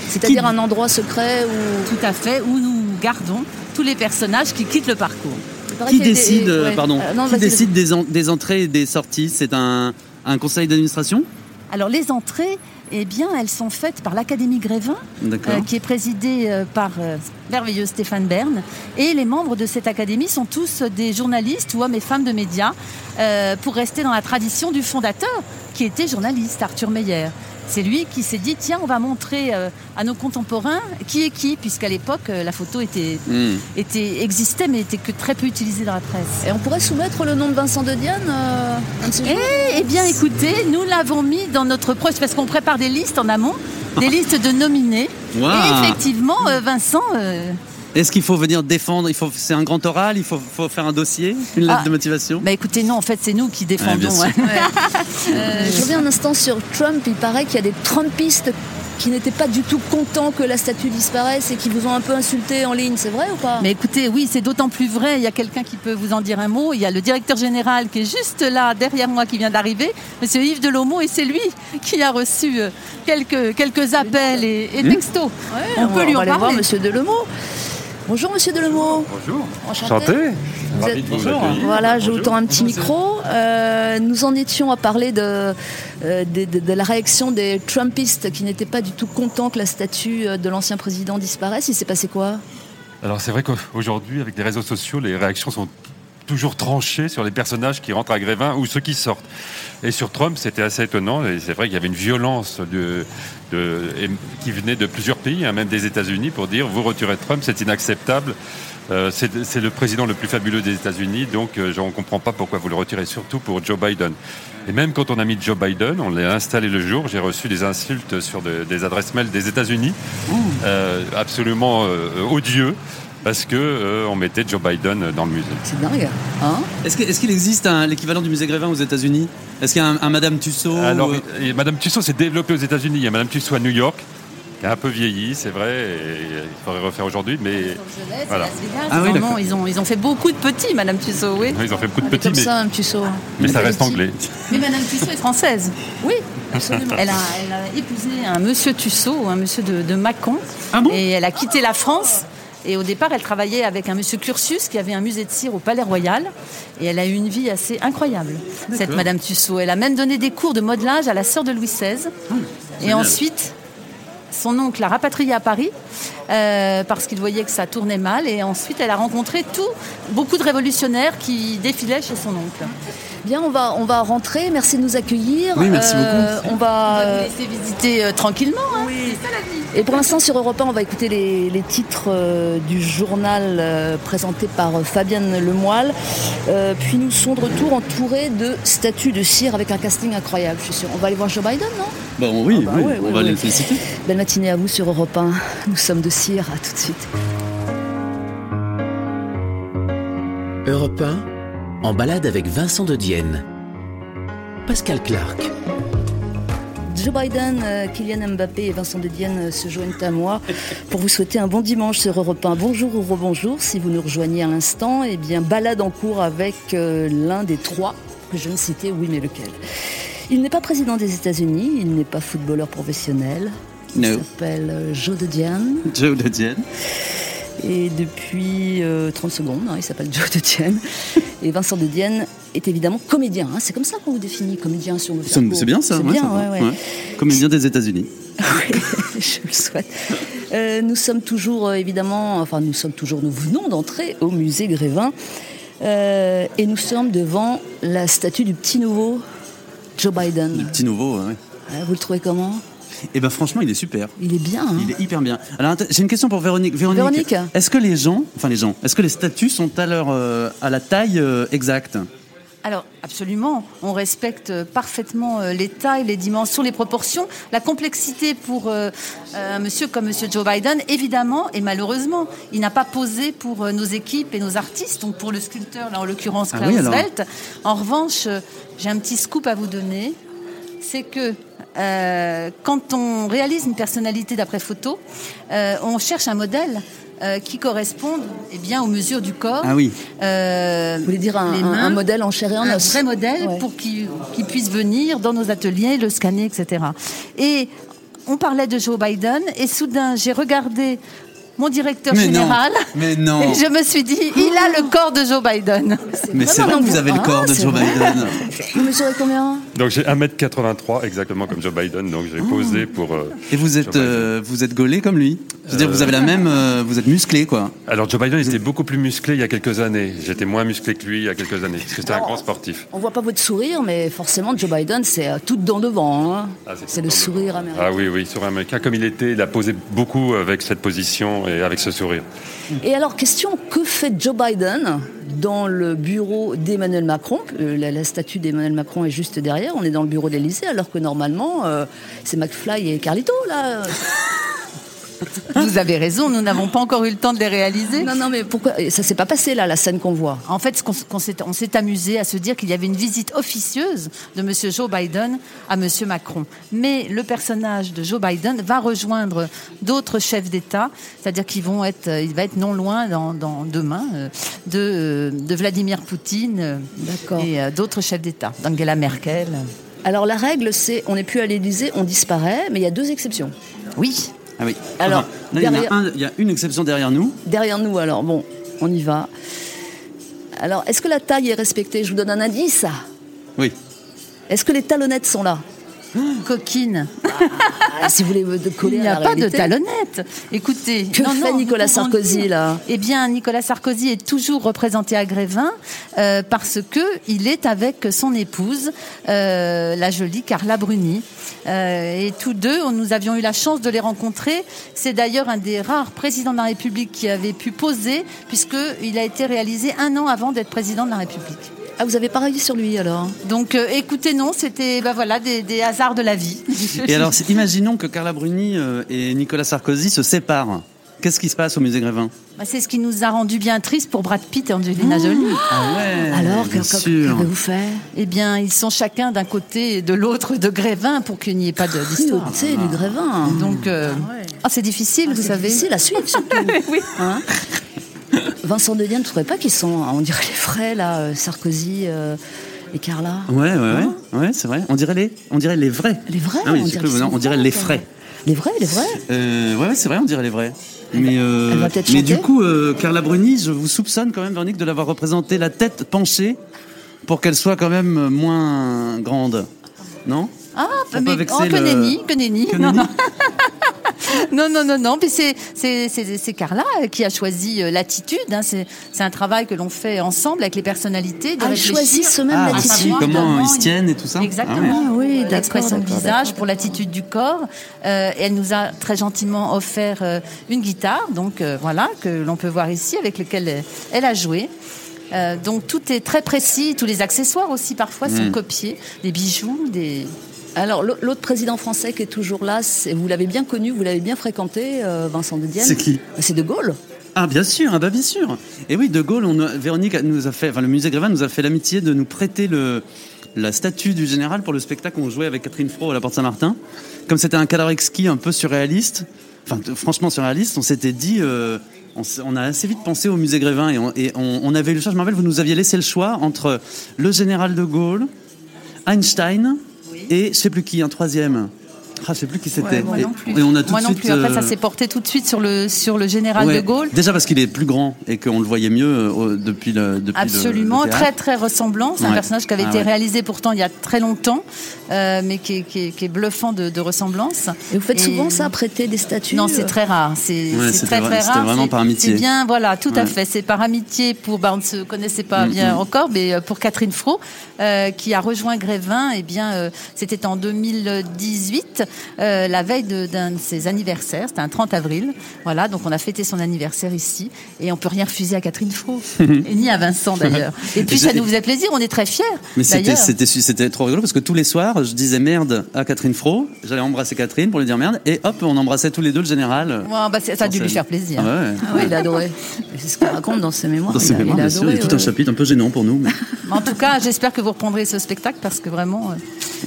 C'est-à-dire un endroit secret où.
Tout à fait, où nous gardons tous les personnages qui quittent le parcours.
Il paraît
Qui
qu'il y a des-
décide, euh,
ouais.
pardon,
Euh, non,
bah,
qui
vas-y,
décide des, en- des entrées et des sorties C'est un, un conseil d'administration
Alors les entrées, eh bien, elles sont faites par l'Académie Grévin,
D'accord.
euh, qui est présidée euh, par euh, merveilleux Stéphane Bern. Et les membres de cette académie sont tous des journalistes ou hommes et femmes de médias, euh, pour rester dans la tradition du fondateur, qui était journaliste, Arthur Meyer. C'est lui qui s'est dit, tiens, on va montrer euh, à nos contemporains qui est qui, puisqu'à l'époque, euh, la photo était,
Hmm.
était, existait, mais était que très peu utilisée dans la presse.
Et on pourrait soumettre le nom de Vincent de Dienne euh, un de ces jours
Eh bien, écoutez, nous l'avons mis dans notre proche parce qu'on prépare des listes en amont, des listes de nominés.
Wow.
Et effectivement, euh, Vincent, euh,
Est-ce qu'il faut venir défendre Il faut, c'est un grand oral. Il faut, faut faire un dossier, une lettre
Ah.
de motivation.
bah écoutez, non, en fait, c'est nous qui défendons.
sûr.
hein.
Euh, Je reviens un instant sur Trump. Il paraît qu'il y a des Trumpistes qui n'étaient pas du tout contents que la statue disparaisse et qui vous ont un peu insulté en ligne. C'est vrai ou pas
Mais écoutez, oui, c'est d'autant plus vrai. Il y a quelqu'un qui peut vous en dire un mot. Il y a le directeur général qui est juste là, derrière moi, qui vient d'arriver, Monsieur Yves Delomo, et c'est lui qui a reçu euh, quelques, quelques appels et,
Hmm
et textos. on peut lui
va
en
aller
parler.
voir Monsieur Delemot. Bonjour Monsieur Delemot.
Bonjour.
Enchanté.
Chanté
Vous êtes- Voilà, je vous tends un petit micro. Euh, nous en étions à parler de, euh, des- de- de la réaction des Trumpistes qui n'étaient pas du tout contents que la statue euh, de l'ancien président disparaisse. Il s'est passé quoi
Alors c'est vrai qu'aujourd'hui, avec les réseaux sociaux, les réactions sont toujours tranchées sur les personnages qui rentrent à Grévin ou ceux qui sortent. Et sur Trump, c'était assez étonnant. Et c'est vrai qu'il y avait une violence de, de- et- qui venait de plusieurs pays, hein, même des États-Unis, pour dire vous retirez Trump, c'est inacceptable. Euh, c'est c'est le président le plus fabuleux des États-Unis, donc euh, on ne comprend pas pourquoi vous le retirez, surtout pour Joe Biden. Et même quand on a mis Joe Biden, on l'a installé le jour, j'ai reçu des insultes sur de- des adresses mail des États-Unis, euh, absolument euh, odieux. parce que euh, on mettait Joe Biden dans le musée.
C'est dingue, hein
Est-ce que- est-ce qu'il existe un- l'équivalent du musée Grévin aux États-Unis Est-ce qu'il y a un, un Madame Tussaud
Alors,
ou- euh,
et Madame Tussaud s'est développée aux États-Unis. Il y a Madame Tussaud à New York, qui a un peu vieilli, c'est vrai, et il faudrait refaire aujourd'hui, mais Voilà.
Ah
ils,
oui,
en ont,
d'accord.
ils, ont, ils ont fait beaucoup de petits, Madame Tussaud, oui.
ils ont fait beaucoup de
Elle est
petits,
comme
mais,
ça, un Tussaud.
mais ça
Elle est
reste
petite.
anglais.
Mais Madame Tussaud est française.
Oui, absolument.
Elle a, elle a épousé un monsieur Tussaud, un monsieur de, de Mâcon.
Ah bon
et elle a quitté la France. Et au départ, elle travaillait avec un monsieur Cursus qui avait un musée de cire au Palais Royal. Et elle a eu une vie assez incroyable, cette Madame Tussaud. Elle a même donné des cours de modelage à la sœur de Louis XVI. et ensuite, son oncle l'a rapatriée à Paris euh, parce qu'il voyait que ça tournait mal. Et ensuite, elle a rencontré tout, beaucoup de révolutionnaires qui défilaient chez son oncle.
Bien, on va, on va rentrer. Merci de nous accueillir. Euh,
Oui, merci beaucoup.
On va.
Vous laissez visiter euh, tranquillement. hein.
Et pour l'instant, sur Europe 1, on va écouter les, les titres euh, du journal euh, présenté par euh, Fabienne Lemoyle. Euh, puis nous sommes de retour entourés de statues de cire avec un casting incroyable, je suis sûre. On va aller voir Joe Biden, non
Bon, oui,
Ah bah
oui,
ouais,
on
ouais,
va
ouais.
les féliciter.
Belle matinée à vous sur Europe 1. Nous sommes de cire. À tout de suite.
Europe 1, en balade avec Vincent de Dienne. Pascal Clark.
Joe Biden, euh, Kylian Mbappé et Vincent de Dienne euh, se joignent à moi pour vous souhaiter un bon dimanche sur Europe 1. Bonjour ou rebonjour si vous nous rejoignez à l'instant. Eh bien, balade en cours avec euh, l'un des trois que je viens de citer, oui mais lequel Il n'est pas président des États-Unis, il n'est pas footballeur professionnel. Il
No.
s'appelle euh, Joe de Dienne
Joe de Dienne.
et depuis euh, 30 secondes, hein, il s'appelle Joe de Dienne. et Vincent de Dienne est évidemment comédien. hein. C'est comme ça qu'on vous définit, comédien si on veut faire
Ça me-
court.
C'est bien ça,
C'est
ouais,
bien,
ça va,
ouais, ouais.
ouais. Comédien des États-Unis.
Oui, je le souhaite. Euh, nous sommes toujours, euh, évidemment, enfin, nous sommes toujours, nous venons d'entrer au musée Grévin euh, et nous sommes devant la statue du petit nouveau Joe
Du
Biden.
petit nouveau, ouais.
Ouais, Vous le trouvez comment
Et ben franchement, il est super.
Il est bien. hein
Il est hyper bien. Alors, attends, j'ai une question pour Véronique. Véronique,
Véronique
est-ce que les gens, enfin les gens, est-ce que les statues sont à leur euh, à la taille euh, exacte
Alors, absolument, on respecte euh, parfaitement euh, les tailles, les dimensions, les proportions, la complexité pour euh, euh, un monsieur comme monsieur Joe Biden, évidemment, et malheureusement, il n'a pas posé pour euh, nos équipes et nos artistes, donc pour le sculpteur, là en l'occurrence
Ah
Klaus
oui, alors
Welt. En revanche, euh, j'ai un petit scoop à vous donner, c'est que euh, quand on réalise une personnalité d'après photo, euh, on cherche un modèle. euh, qui corresponde eh bien, aux mesures du corps.
Ah oui.
Euh,
Vous voulez dire un,
les
un- un
mains,
modèle en chair et en
un
os
vrai modèle
Ouais.
pour qu'il qu'il puisse venir dans nos ateliers, le scanner, etc. Et on parlait de Joe Biden et soudain j'ai regardé mon directeur
Mais non.
général.
Mais non.
Et je me suis dit, il a le corps de Joe Biden.
Mais c'est
vraiment
vrai que vous
un
avez le
bon-
corps
Ah,
de
c'est
Joe
vrai.
Biden.
Vous mesurez combien
Donc j'ai 1m83 exactement comme Joe Biden, donc j'ai posé pour. euh,
Et vous
Joe
êtes
Biden.
euh, vous êtes gaulé comme lui. Je veux dire, vous avez la même, euh, vous êtes musclé quoi.
Alors Joe Biden était beaucoup plus musclé il y a quelques années. J'étais moins musclé que lui il y a quelques années parce que c'était un grand sportif.
On voit pas votre sourire, mais forcément Joe Biden, c'est euh, tout dedans devant. hein.
Ah, c'est
c'est
tout
le
dedans
sourire américain.
Ah oui oui, sur un américain comme il était, il a posé beaucoup avec cette position et avec ce sourire.
Et alors, question, que fait Joe Biden dans le bureau d'Emmanuel Macron Euh, la, la statue d'Emmanuel Macron est juste derrière, on est dans le bureau d'Elysée, alors que normalement, euh, c'est McFly et Carlito, là.
Vous avez raison, nous n'avons pas encore eu le temps de les réaliser.
non, non, mais pourquoi Et Ça s'est pas passé, là, la scène qu'on voit.
En fait, ce qu'on- qu'on s'est- on s'est amusé à se dire qu'il y avait une visite officieuse de M. Joe Biden à M. Macron. Mais le personnage de Joe Biden va rejoindre d'autres chefs d'État, c'est-à-dire qu'ils vont être, euh, il va être non loin dans, dans- demain euh, de, euh, de Vladimir Poutine euh,
D'accord. Mmh.
et euh, d'autres chefs d'État, d'Angela Merkel.
Alors, la règle, c'est on n'est plus à l'Elysée, on disparaît, mais il y a deux exceptions.
Oui.
Ah oui.
Alors,
Enfin, là, il y en
derrière-
a un- il y a une exception derrière nous.
Derrière nous, alors, bon, on y va. Alors, est-ce que la taille est respectée Je vous donne un indice.
Oui.
Est-ce que les talonnettes sont là
Coquine.
Ah, Si vous voulez me coller
Il
à
n'y a
la
pas de
réalité.
talonnette. Écoutez,
Que fait
vous
Nicolas
comprendrez.
Sarkozy, là
Eh bien, Nicolas Sarkozy est toujours représenté à Grévin euh, parce que il est avec son épouse, euh, la jolie Carla Bruni. Euh, et tous deux, on- nous avions eu la chance de les rencontrer. C'est d'ailleurs un des rares présidents de la République qui avait pu poser, puisque il a été réalisé un an avant d'être président de la République.
Ah, vous avez pareil sur lui, alors
Donc, euh, écoutez, non, c'était, bah voilà, des, des hasards de la vie.
Et alors, si- imaginons que Carla Bruni euh, et Nicolas Sarkozy se séparent. Qu'est-ce qui se passe au musée Grévin
Bah, c'est ce qui nous a rendu bien tristes pour Brad Pitt et Angelina Jolie.
Ah ouais
Alors,
bien
que- que-
sûr.
qu'avez-vous fait
Eh bien, ils sont chacun d'un côté et de l'autre de Grévin pour qu'il n'y ait pas de- d'histoire.
Tu sais, du grévin.
Donc, euh, ah, c'est difficile, vous savez.
C'est la suite, surtout.
Oui.
Hein Vincent Dedienne, tu ne trouvais pas qu'ils sont, on dirait les frais, là, euh, Sarkozy euh, et Carla
Ouais, ouais, ouais, ouais c'est vrai. On dirait les, on dirait les vrais.
Hein Les vrais
Ah oui,
on,
j'ai
dirait
cru,
qu'ils
non,
sont
on dirait
vrais,
les
quoi.
frais.
Les vrais, les vrais
Euh, ouais, ouais, c'est vrai, on dirait les vrais. Mais, euh,
elle va peut-être
mais
chanter.
du coup, euh, Carla Bruni, je vous soupçonne quand même, Véronique, de l'avoir représentée la tête penchée pour qu'elle soit quand même moins grande. Non
Ah,
Faut pas
mais
vexer
oh, que
le-
nenni, que nenni.
Que
Non,
nenni.
non. Non, non, non, non. Puis c'est, c'est, c'est, c'est Carla qui a choisi euh, l'attitude. hein. C'est, c'est un travail que l'on fait ensemble avec les personnalités. De
Ah, ils
réfléchir
choisissent eux-mêmes
à
Ah,
l'attitude.
savoir
comment ils se
ils-
tiennent et tout ça
Exactement.
Ah ouais. Ah oui,
Euh,
d'accord,
L'expression du
d'accord,
visage pour l'attitude du corps. Euh, et elle nous a très gentiment offert euh, une guitare, donc euh, voilà, que l'on peut voir ici, avec laquelle elle- elle a joué. Euh, donc tout est très précis, tous les accessoires aussi parfois
Hmm.
sont copiés, des bijoux, des.
Alors, l'au- l'autre président français qui est toujours là, c'est- vous l'avez bien connu, vous l'avez bien fréquenté, euh, Vincent Dedienne
C'est qui
C'est De Gaulle.
Ah bien sûr, ah bah bien sûr. Et oui, De Gaulle, on a- Véronique nous a fait, enfin le musée Grévin nous a fait l'amitié de nous prêter le, la statue du général pour le spectacle qu'on jouait avec Catherine Fro à la Porte Saint-Martin. Comme c'était un cadavre exquis un peu surréaliste, enfin t- franchement surréaliste, on s'était dit, euh, on, s- on a assez vite pensé au musée Grévin et, on, et on- on avait eu le choix. Je me rappelle, vous nous aviez laissé le choix entre le général De Gaulle, Einstein et je sais plus qui, un troisième. Ah, je sais plus qui c'était.
moi
et,
non plus.
et on a tout
moi
de
non
suite.
plus. Après, ça
euh,
s'est porté tout de suite sur le, sur le général
Ouais.
de Gaulle.
Déjà parce qu'il est plus grand et qu'on le voyait mieux euh, depuis le. Depuis le-
Absolument,
le
très
théâtre.
très ressemblant. C'est un
Ouais.
personnage qui avait
Ah
été
ouais.
réalisé pourtant il y a très longtemps, euh, mais qui est, qui est- qui est bluffant de, de ressemblance.
Et vous faites souvent ça, prêter des statues euh
Non, c'est très rare. C'est
Ouais,
c'est
c'était
très
vra-
très
c'était
rare.
vraiment
C'est-
par amitié.
C'est bien, voilà, tout à
Ouais. Mm,
fait. C'est par amitié pour, bah, on ne se connaissait pas bien encore, mais euh, pour Catherine Fro, euh, qui a rejoint Grévin, et bien, euh, c'était en 2018, euh, la veille de- d'un de, ses anniversaires. C'était un 30 avril. Voilà, donc on a fêté son anniversaire ici, et on peut rien refuser à Catherine Fro, et ni à Vincent d'ailleurs. Et puis
Et
ça
j'ai-
nous faisait plaisir. On est très fiers.
Mais c'était,
d'ailleurs.
c'était, su- c'était trop rigolo parce que tous les soirs, je disais merde à Catherine Fro, j'allais embrasser Catherine pour lui dire merde, et hop, on embrassait tous les deux le général. euh,
Ouais, bah, c'est- ça a
sur
dû lui
scène.
faire plaisir.
Ah ouais, ouais.
Ah oui, il adorait. C'est ce qu'il raconte dans ses mémoires.
Dans ses
il a-
mémoires,
il a
bien sûr,
adoré,
il y a tout
ouais.
un chapitre un peu gênant pour nous, mais
Mais En tout cas, j'espère que vous reprendrez ce spectacle parce que vraiment. euh,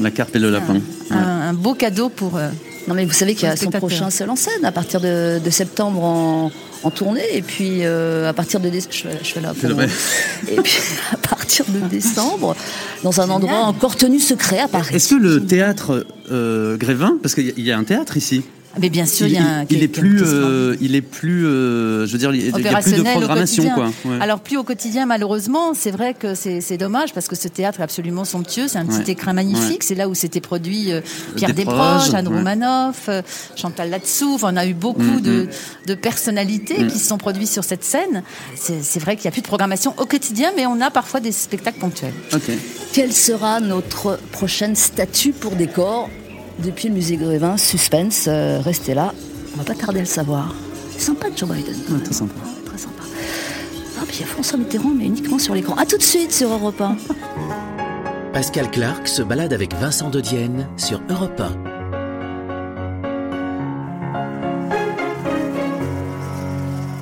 la carpe et le lapin. Ouais.
un, un beau cadeau pour. euh,
Non, mais vous savez qu'il y a
Un
son
spectateur.
prochain seul en scène à partir de, de septembre en, en tournée. Et puis euh, à partir de décembre. Je, fais là.
le vrai.
Et puis à partir de décembre, dans un endroit encore tenu secret à Paris.
Est-ce que le théâtre euh, Grévin, parce qu'il y a- il y a un théâtre ici,
Mais bien sûr,
il,
il y a un.
il est
qui-
plus,
qui se rend-
euh, il est plus, euh, je veux dire, il y a- il y a plus de
opérationnel au
programmation, quoi.
quotidien.
Ouais.
Alors plus au quotidien malheureusement, c'est vrai que c'est c'est dommage parce que ce théâtre est absolument somptueux, c'est un petit
Ouais.
écrin magnifique, c'est là où s'étaient produits euh, Pierre
Desproges,
Desproges, Anne
ouais. Mm,
Romanoff, euh, Chantal Latsou, Enfin, on a eu beaucoup de, de personnalités qui se sont produites sur cette scène. C'est c'est vrai qu'il n'y a plus de programmation au quotidien, mais on a parfois des spectacles ponctuels.
Ok.
Quelle sera notre prochaine statue pour décor depuis le musée Grévin Suspense, euh, restez là, on va pas tarder à le savoir. C'est sympa Joe Biden. quand même.
Ah, très sympa.
Ouais, très sympa. Ah, puis il y a François Mitterrand, mais uniquement sur l'écran. A tout de suite sur Europe 1.
Pascal Clark se balade avec Vincent Dedienne sur Europe 1.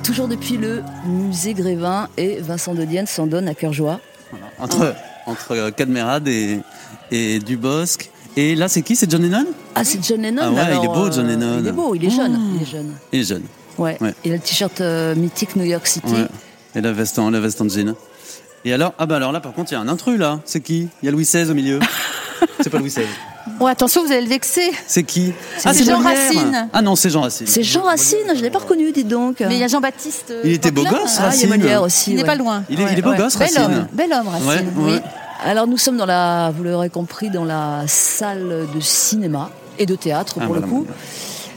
Toujours depuis le musée Grévin et Vincent Dedienne s'en donne à cœur joie.
Entre, entre euh, Cadmerade et, et Dubosc. Et là, c'est qui C'est John Lennon
Ah, c'est John Lennon.
Ah ouais,
alors,
il est beau, John
euh,
Lennon.
Il est beau, il est jeune.
Oh.
Il est jeune.
Il est jeune.
Ouais.
Ouais.
Il a le t-shirt euh, mythique New York City.
Ouais. Et la veste, en, la veste en jean. Et alors, ah bah alors là, par contre, il y a un intrus là. C'est qui Il y a Louis XVI au milieu. c'est pas Louis XVI.
Bon, attention, vous allez le vexer.
C'est qui
Ah,
c'est Jean
Molière.
Racine.
Ah non, c'est Jean Racine.
C'est Jean Racine, je l'ai pas reconnu, dis donc.
Mais il y a Jean-Baptiste. euh,
Il était beau
Poquelin,
gosse,
hein.
ah, il y a
Racine.
Molière aussi.
Il n'est
ouais.
pas loin.
Il est- il est beau gosse,
bel
Racine.
Homme, bel homme, Racine.
Ouais,
oui.
ouais.
Alors nous sommes dans la, vous l'aurez compris, dans la salle de cinéma et de théâtre pour
Ah,
le
voilà,
coup.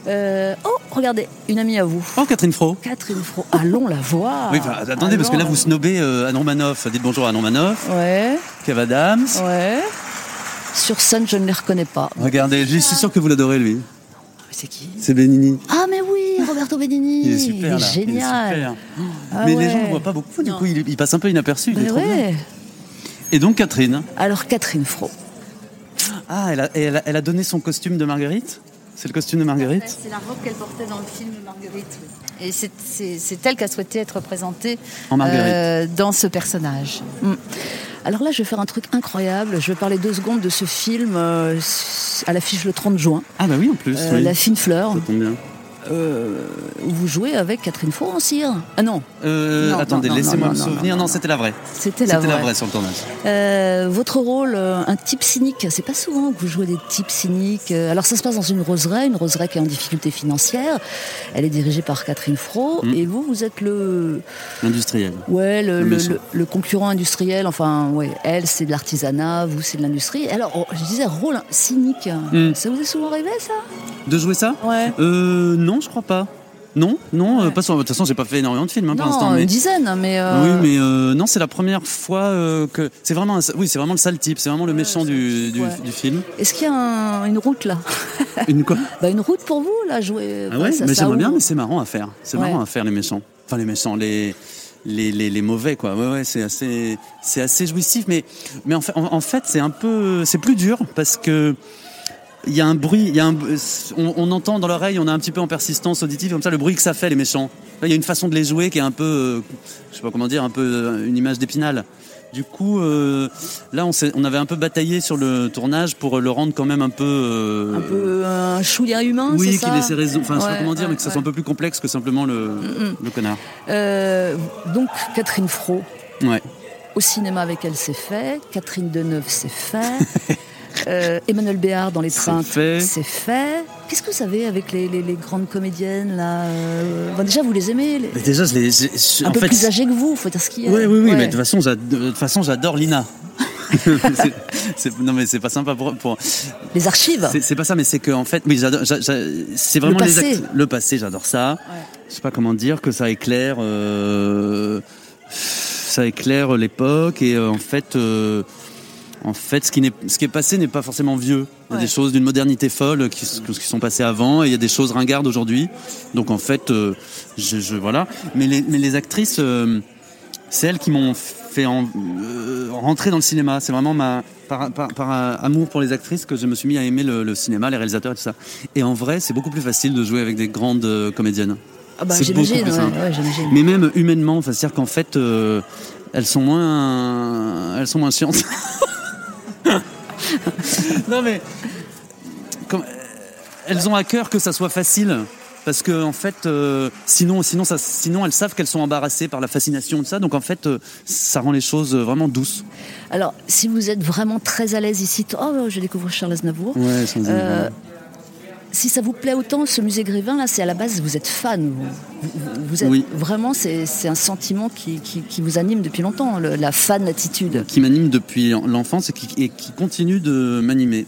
Euh, oh, regardez, une amie à vous,
Oh, Catherine Fro.
Catherine Fro. Allons la voir.
Oui, enfin, attendez, parce que là,
Ah. Allons
vous snobez euh, Anne Romanoff. Dites bonjour à Anne Romanoff,
la- Ouais,
Kev Adams.
ouais. Sur scène, je ne les reconnais pas.
Regardez, je suis sûr que vous l'adorez, lui.
Ah, C'est qui
C'est Benigni.
Ah mais oui, Roberto Benigni.
Il est super, là. Il est
génial.
super.
Ah
Mais
ouais.
les gens ne voient pas beaucoup, du coup, il, il passe un peu inaperçu. il est
Mais
trop bien.
ouais.
Et donc, Catherine
Alors Catherine Fro.
Ah, elle a, elle, a- elle a donné son costume de Marguerite C'est le costume de Marguerite
C'est la robe qu'elle portait dans le film Marguerite. oui. Et c'est- c'est c'est elle qui a souhaité être représentée
En Marguerite.
euh, dans ce personnage.
Mm. Alors là, je vais faire un truc incroyable. Je vais parler deux secondes de ce film euh, à l'affiche le 30 juin,
Ah bah oui, en plus.
euh,
oui.
La fine fleur,
Ça tombe bien.
euh, où vous jouez avec Catherine Fourrencière. Ah non,
Euh,
Non,
attendez,
non, non,
laissez-moi
non,
me
non,
souvenir.
non,
Non,
non,
c'était la vraie.
c'était la
C'était la
vraie.
vraie sur le tournage.
Euh, votre rôle, euh, un type cynique, c'est pas souvent que vous jouez des types cyniques. Euh, Alors ça se passe dans une roseraie, une roseraie qui est en difficulté financière. Elle est dirigée par Catherine Fro
Mm.
et vous, vous êtes le,
L'industriel.
ouais, le,
Le
le-
méchant.
le- le concurrent industriel. Enfin, ouais, elle c'est de l'artisanat, vous c'est de l'industrie. Alors oh, je disais rôle cynique,
Mm.
ça vous est souvent arrivé ça
De jouer ça
Ouais.
Euh, non, je crois pas. Non, non, euh,
Ouais.
pas sur- De toute façon, j'ai pas fait énormément de films hein, pour l'instant.
Non,
mais-
une dizaine, mais. euh,
Oui, mais euh, non, c'est la première fois euh, que. C'est vraiment, un... oui, c'est vraiment le sale type. C'est vraiment le méchant du, du,
ouais.
du film.
Est-ce qu'il y a un- une route là
Une quoi
bah, Une route pour vous là jouer
Ah ouais,
ça-
mais
ça
j'aimerais bien,
ouvre.
mais c'est marrant à faire. C'est
Ouais.
marrant à faire les méchants. Enfin les méchants, les les, les, les mauvais quoi. Ouais ouais, c'est assez c'est assez jouissif, mais mais en fait en, en fait c'est un peu c'est plus dur parce que il y a un bruit, il y a un, on, on entend dans l'oreille, on a un petit peu en persistance auditive comme ça le bruit que ça fait les méchants. Là, il y a une façon de les jouer qui est un peu, euh, je sais pas comment dire, un peu euh, une image d'épinal. Du coup, euh, là, on, s'est- on avait un peu bataillé sur le tournage pour le rendre quand même un peu, euh,
Un peu un chouïa humain, c'est
oui,
ça
qu'il ait ses raisons. Enfin, je sais
Ouais,
pas comment dire,
ouais,
mais que ça
ouais.
soit un peu plus complexe que simplement le, le connard.
Euh, donc Catherine Fro,
Ouais.
au cinéma avec elle c'est fait, Catherine Deneuve c'est fait, Euh, Emmanuel Béard dans les
C'est
trains
fait.
c'est fait. Qu'est-ce que vous avez avec les, les- les grandes comédiennes là euh, enfin, Déjà vous les aimez, les-
Mais déjà, je l'ai. je- je-
un
en
peu
fait,
plus âgées que vous, faut dire ce qu'il y a.
Oui, oui, oui,
Ouais.
mais de toute façon, j'ad- de toute façon, j'adore Lina. C'est- c'est- non mais c'est pas sympa pour, pour-
Les archives.
c'est c'est pas ça mais c'est que en fait oui j'adore j'a- j'a- c'est vraiment
Le
les
passé.
actes- le passé j'adore ça je sais pas comment dire que ça éclaire euh, ça éclaire l'époque et euh, en fait euh, en fait ce qui n'est ce qui est passé n'est pas forcément vieux il y a
Ouais.
des choses d'une modernité folle qui, s- qui sont passées avant et il y a des choses ringardes aujourd'hui donc en fait euh, je, je- voilà mais les, mais les actrices euh, c'est elles qui m'ont fait en- euh, rentrer dans le cinéma. C'est vraiment ma, par, par- par, euh, amour pour les actrices que je me suis mis à aimer le, le cinéma, les réalisateurs et tout ça. Et en vrai, c'est beaucoup plus facile de jouer avec des grandes euh, comédiennes.
Ah bah,
c'est
j'imagine,
beaucoup plus simple.
ouais, ouais, j'imagine.
Mais même humainement, enfin, c'est-à-dire qu'en fait, euh, elles sont moins, elles sont moins chiantes. non mais, comme- euh, elles ont à cœur que ça soit facile. Parce que en fait, euh, sinon, sinon, ça, sinon, elles savent qu'elles sont embarrassées par la fascination de ça. Donc en fait, euh, ça rend les choses euh, vraiment douces.
Alors si vous êtes vraiment très à l'aise ici, t- oh je découvre Charles Aznavour.
Ouais, sans
Euh, si ça vous plaît autant, ce musée Grévin, là, c'est à la base, vous êtes fan. Vous, vous- vous êtes,
Oui.
Vraiment, c'est c'est un sentiment qui, qui- qui vous anime depuis longtemps, le- la fan attitude.
qui m'anime depuis l'enfance et qui, et qui continue de m'animer.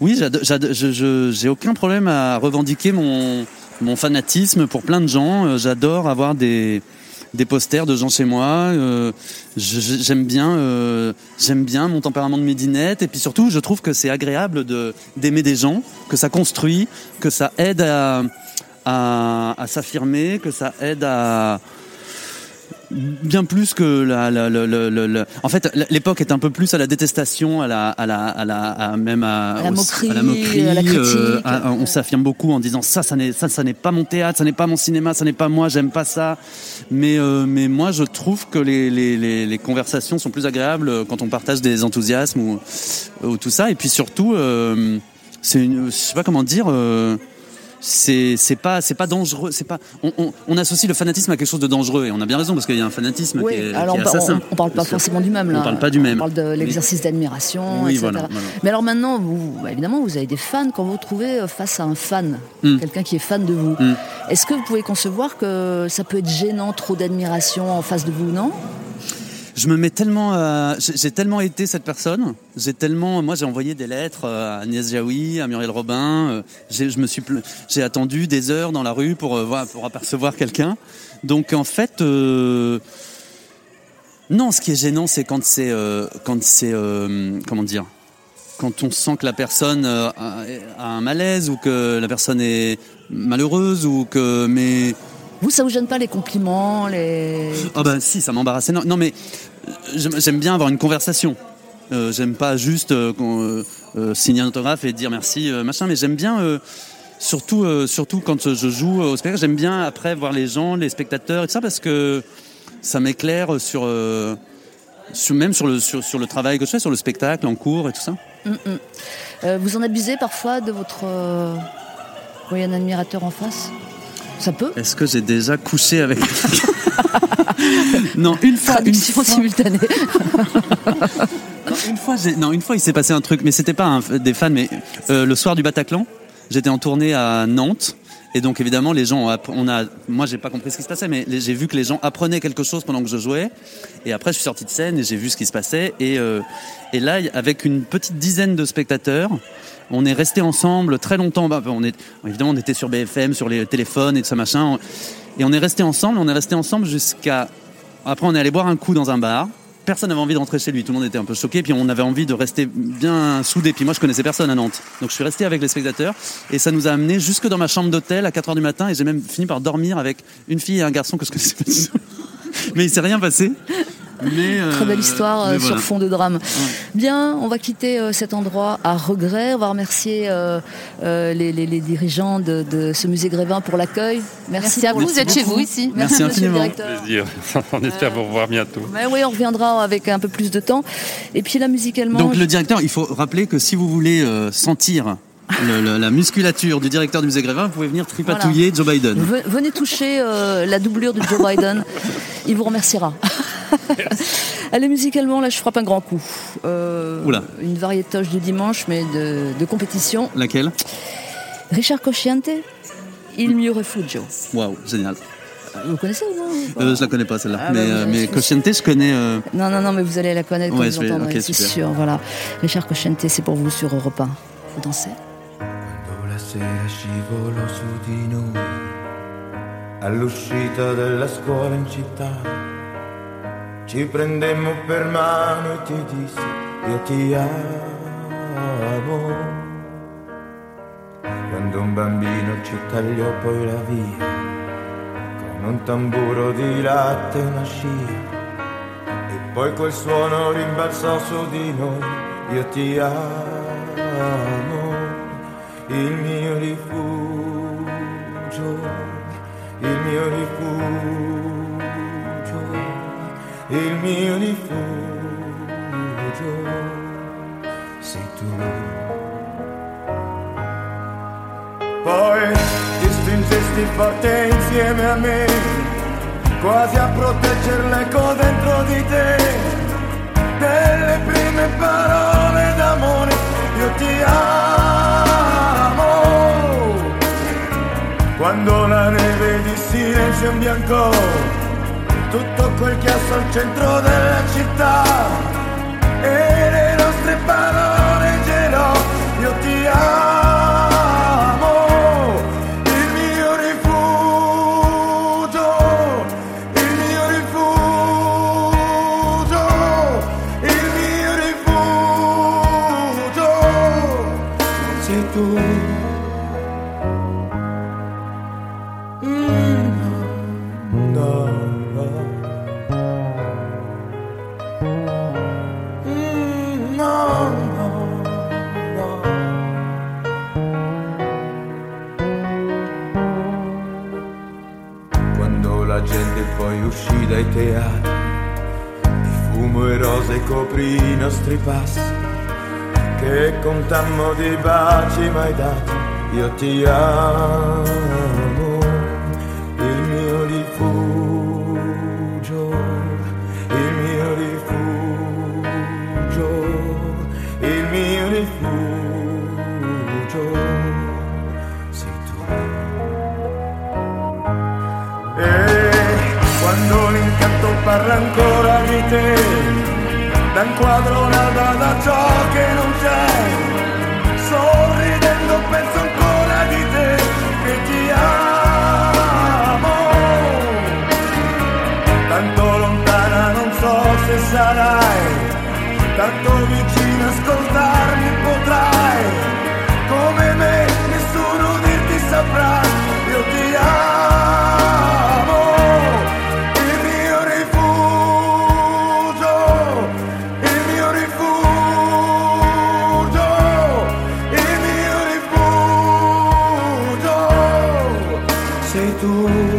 Oui, j'ado- j'ado- je- je- j'ai aucun problème à revendiquer mon, mon fanatisme pour plein de gens. Euh, J'adore avoir des, des posters de gens chez moi. Euh, je- je- J'aime bien, euh, j'aime bien mon tempérament de médinette. Et puis surtout, je trouve que c'est agréable de- d'aimer des gens, que ça construit, que ça aide à, à, à s'affirmer, que ça aide à, bien plus que la, la, la, la, la- la- en fait la- l'époque est un peu plus à la détestation à la à la à la à même à,
À la
au-
moquerie,
à la, moquerie, euh,
à la critique.
à- à- Hein, on s'affirme beaucoup en disant ça ça n'est ça ça n'est pas mon théâtre ça n'est pas mon cinéma ça n'est pas moi j'aime pas ça mais euh, mais moi je trouve que les, les, les, les conversations sont plus agréables euh, quand on partage des enthousiasmes ou, ou tout ça et puis surtout euh, c'est une je sais pas comment dire euh, c'est c'est pas c'est pas dangereux c'est pas on, on, on associe le fanatisme à quelque chose de dangereux et on a bien raison parce qu'il y a un fanatisme qui est,
alors
qui est
on, par-
assassin
on- on parle pas
Parce que-
forcément du même là.
on parle pas du même
On parle de l'exercice d'admiration,
Oui,
etc.
voilà, voilà.
Mais alors maintenant, vous, bah, évidemment, vous avez des fans quand vous vous trouvez euh, face à un fan,
Mm.
quelqu'un qui est fan de vous.
Mm.
Est-ce que vous pouvez concevoir que ça peut être gênant, trop d'admiration en face de vous, non
je me mets tellement à- j'ai j'ai tellement été cette personne j'ai tellement moi j'ai envoyé des lettres euh, à Agnès Jaoui à Muriel Robin euh, j'ai- je me suis ple- j'ai attendu des heures dans la rue pour euh, voir pour apercevoir quelqu'un donc en fait euh, non ce qui est gênant c'est quand c'est euh, quand c'est euh, comment dire quand on sent que la personne euh, a a un malaise ou que la personne est malheureuse ou que mais
Vous, ça vous gêne pas les compliments, les
ah bah si, ça m'embarrassait. Non, non, mais euh, j'aime j'aime bien avoir une conversation. Euh, j'aime pas juste euh, qu'on, euh, euh, signer un autographe et dire merci, euh, machin, mais j'aime bien euh, Surtout, euh, surtout quand euh, je joue euh, au spectacle, j'aime bien après voir les gens, les spectateurs et tout ça parce que ça m'éclaire sur, euh, sur même sur le, sur, sur le travail que je fais, sur le spectacle en cours et tout ça.
Euh, vous en abusez parfois de votre. euh, quand il y a un admirateur en face Ça peut
Est-ce que j'ai déjà couché avec Non, une fois, une
Traduction
fois,
simultanée.
non, une fois, j'ai- non, une fois, il s'est passé un truc, mais c'était pas un- des fans, mais euh, le soir du Bataclan, j'étais en tournée à Nantes. Et donc évidemment les gens ont app- on a moi j'ai pas compris ce qui se passait mais les- j'ai vu que les gens apprenaient quelque chose pendant que je jouais et après je suis sorti de scène et j'ai vu ce qui se passait et euh, et là y- avec une petite dizaine de spectateurs on est resté ensemble très longtemps Bah, on est évidemment on était sur BFM sur les téléphones et tout ça machin et on est resté ensemble on est resté ensemble jusqu'à après, on est allé boire un coup dans un bar. Personne n'avait envie de rentrer chez lui. Tout le monde était un peu choqué. Puis on avait envie de rester bien soudés. Puis moi, je connaissais personne à Nantes. Donc je suis resté avec les spectateurs. Et ça nous a amené jusque dans ma chambre d'hôtel à 4 h du matin. Et j'ai même fini par dormir avec une fille et un garçon que je connaissais pas du tout. Mais il s'est rien passé. Mais, euh,
Très belle histoire euh,
mais
sur
voilà. Mm.
fond de drame. Bien, on va quitter euh, cet endroit à regret. On va remercier euh, euh, les, les- les dirigeants de, de ce musée Grévin pour l'accueil. Merci,
Merci à
pour
vous,
le-
vous êtes chez vous ici.
Merci
monsieur le
infiniment.
directeur.
Plaisir. On espère vous revoir bientôt.
Mais oui, on reviendra avec un peu plus de temps. Et puis là, musicalement,
Donc
je-
le directeur, il faut rappeler que si vous voulez euh, sentir le- le- la musculature du directeur du musée Grévin, vous pouvez venir tripatouiller Joe Biden.
Ve- venez toucher euh, la doublure de Joe Biden. Il vous remerciera. Allez, musicalement, là, je frappe un grand coup. Euh,
Oula.
Une variétoche du dimanche, mais de, de compétition.
Laquelle
Richard Cosciante, Il mio refugio.
Waouh, génial.
Vous connaissez ou non ou pas
Euh, je la connais pas celle-là.
Ah,
mais
bah,
euh,
vous-
mais Cosciente, je connais. euh,
Non, non, non, mais vous allez la connaître quand
Ouais,
vous
je vais-
l'entendrez,
ok,
c'est
super.
sûr. Voilà. Richard Cosciante, c'est pour vous sur Europe 1. Vous dansez
Quando la sera scivolò su di noi, all'uscita della scuola in città, ci prendemmo per mano e ti dissi, io ti amo. Quando un bambino ci tagliò poi la via, con un tamburo di latte e una scia, e poi quel suono rimbalzò su di noi, io ti amo il mio rifugio, il mio rifugio, il mio rifugio, sei tu. Poi ti stringesti forte insieme a me, quasi a proteggere l'eco dentro di te delle prime parole d'amore io ti amo quando la neve di silenzio in bianco tutto quel chiasso al centro della città e le nostre parole in gelo io ti amo il mio rifugio il mio rifugio il mio rifugio sei tu No. Mm, no, no, no. Quando la gente poi uscì dai teatri, di fumo e rose coprì i nostri passi, che contammo di baci mai dati, io ti amo il mio rifugio, il mio rifugio, il mio rifugio, sei tu. E quando l'incanto parla ancora di te, da inquadro l'alba da ciò che non c'è, sorridendo penso ancora di te che ti amo tanto lontana non so se sarai tanto vicina ascoltarmi potrai come me nessuno dirti saprà io ti amo il mio rifugio il mio rifugio il mio rifugio retour.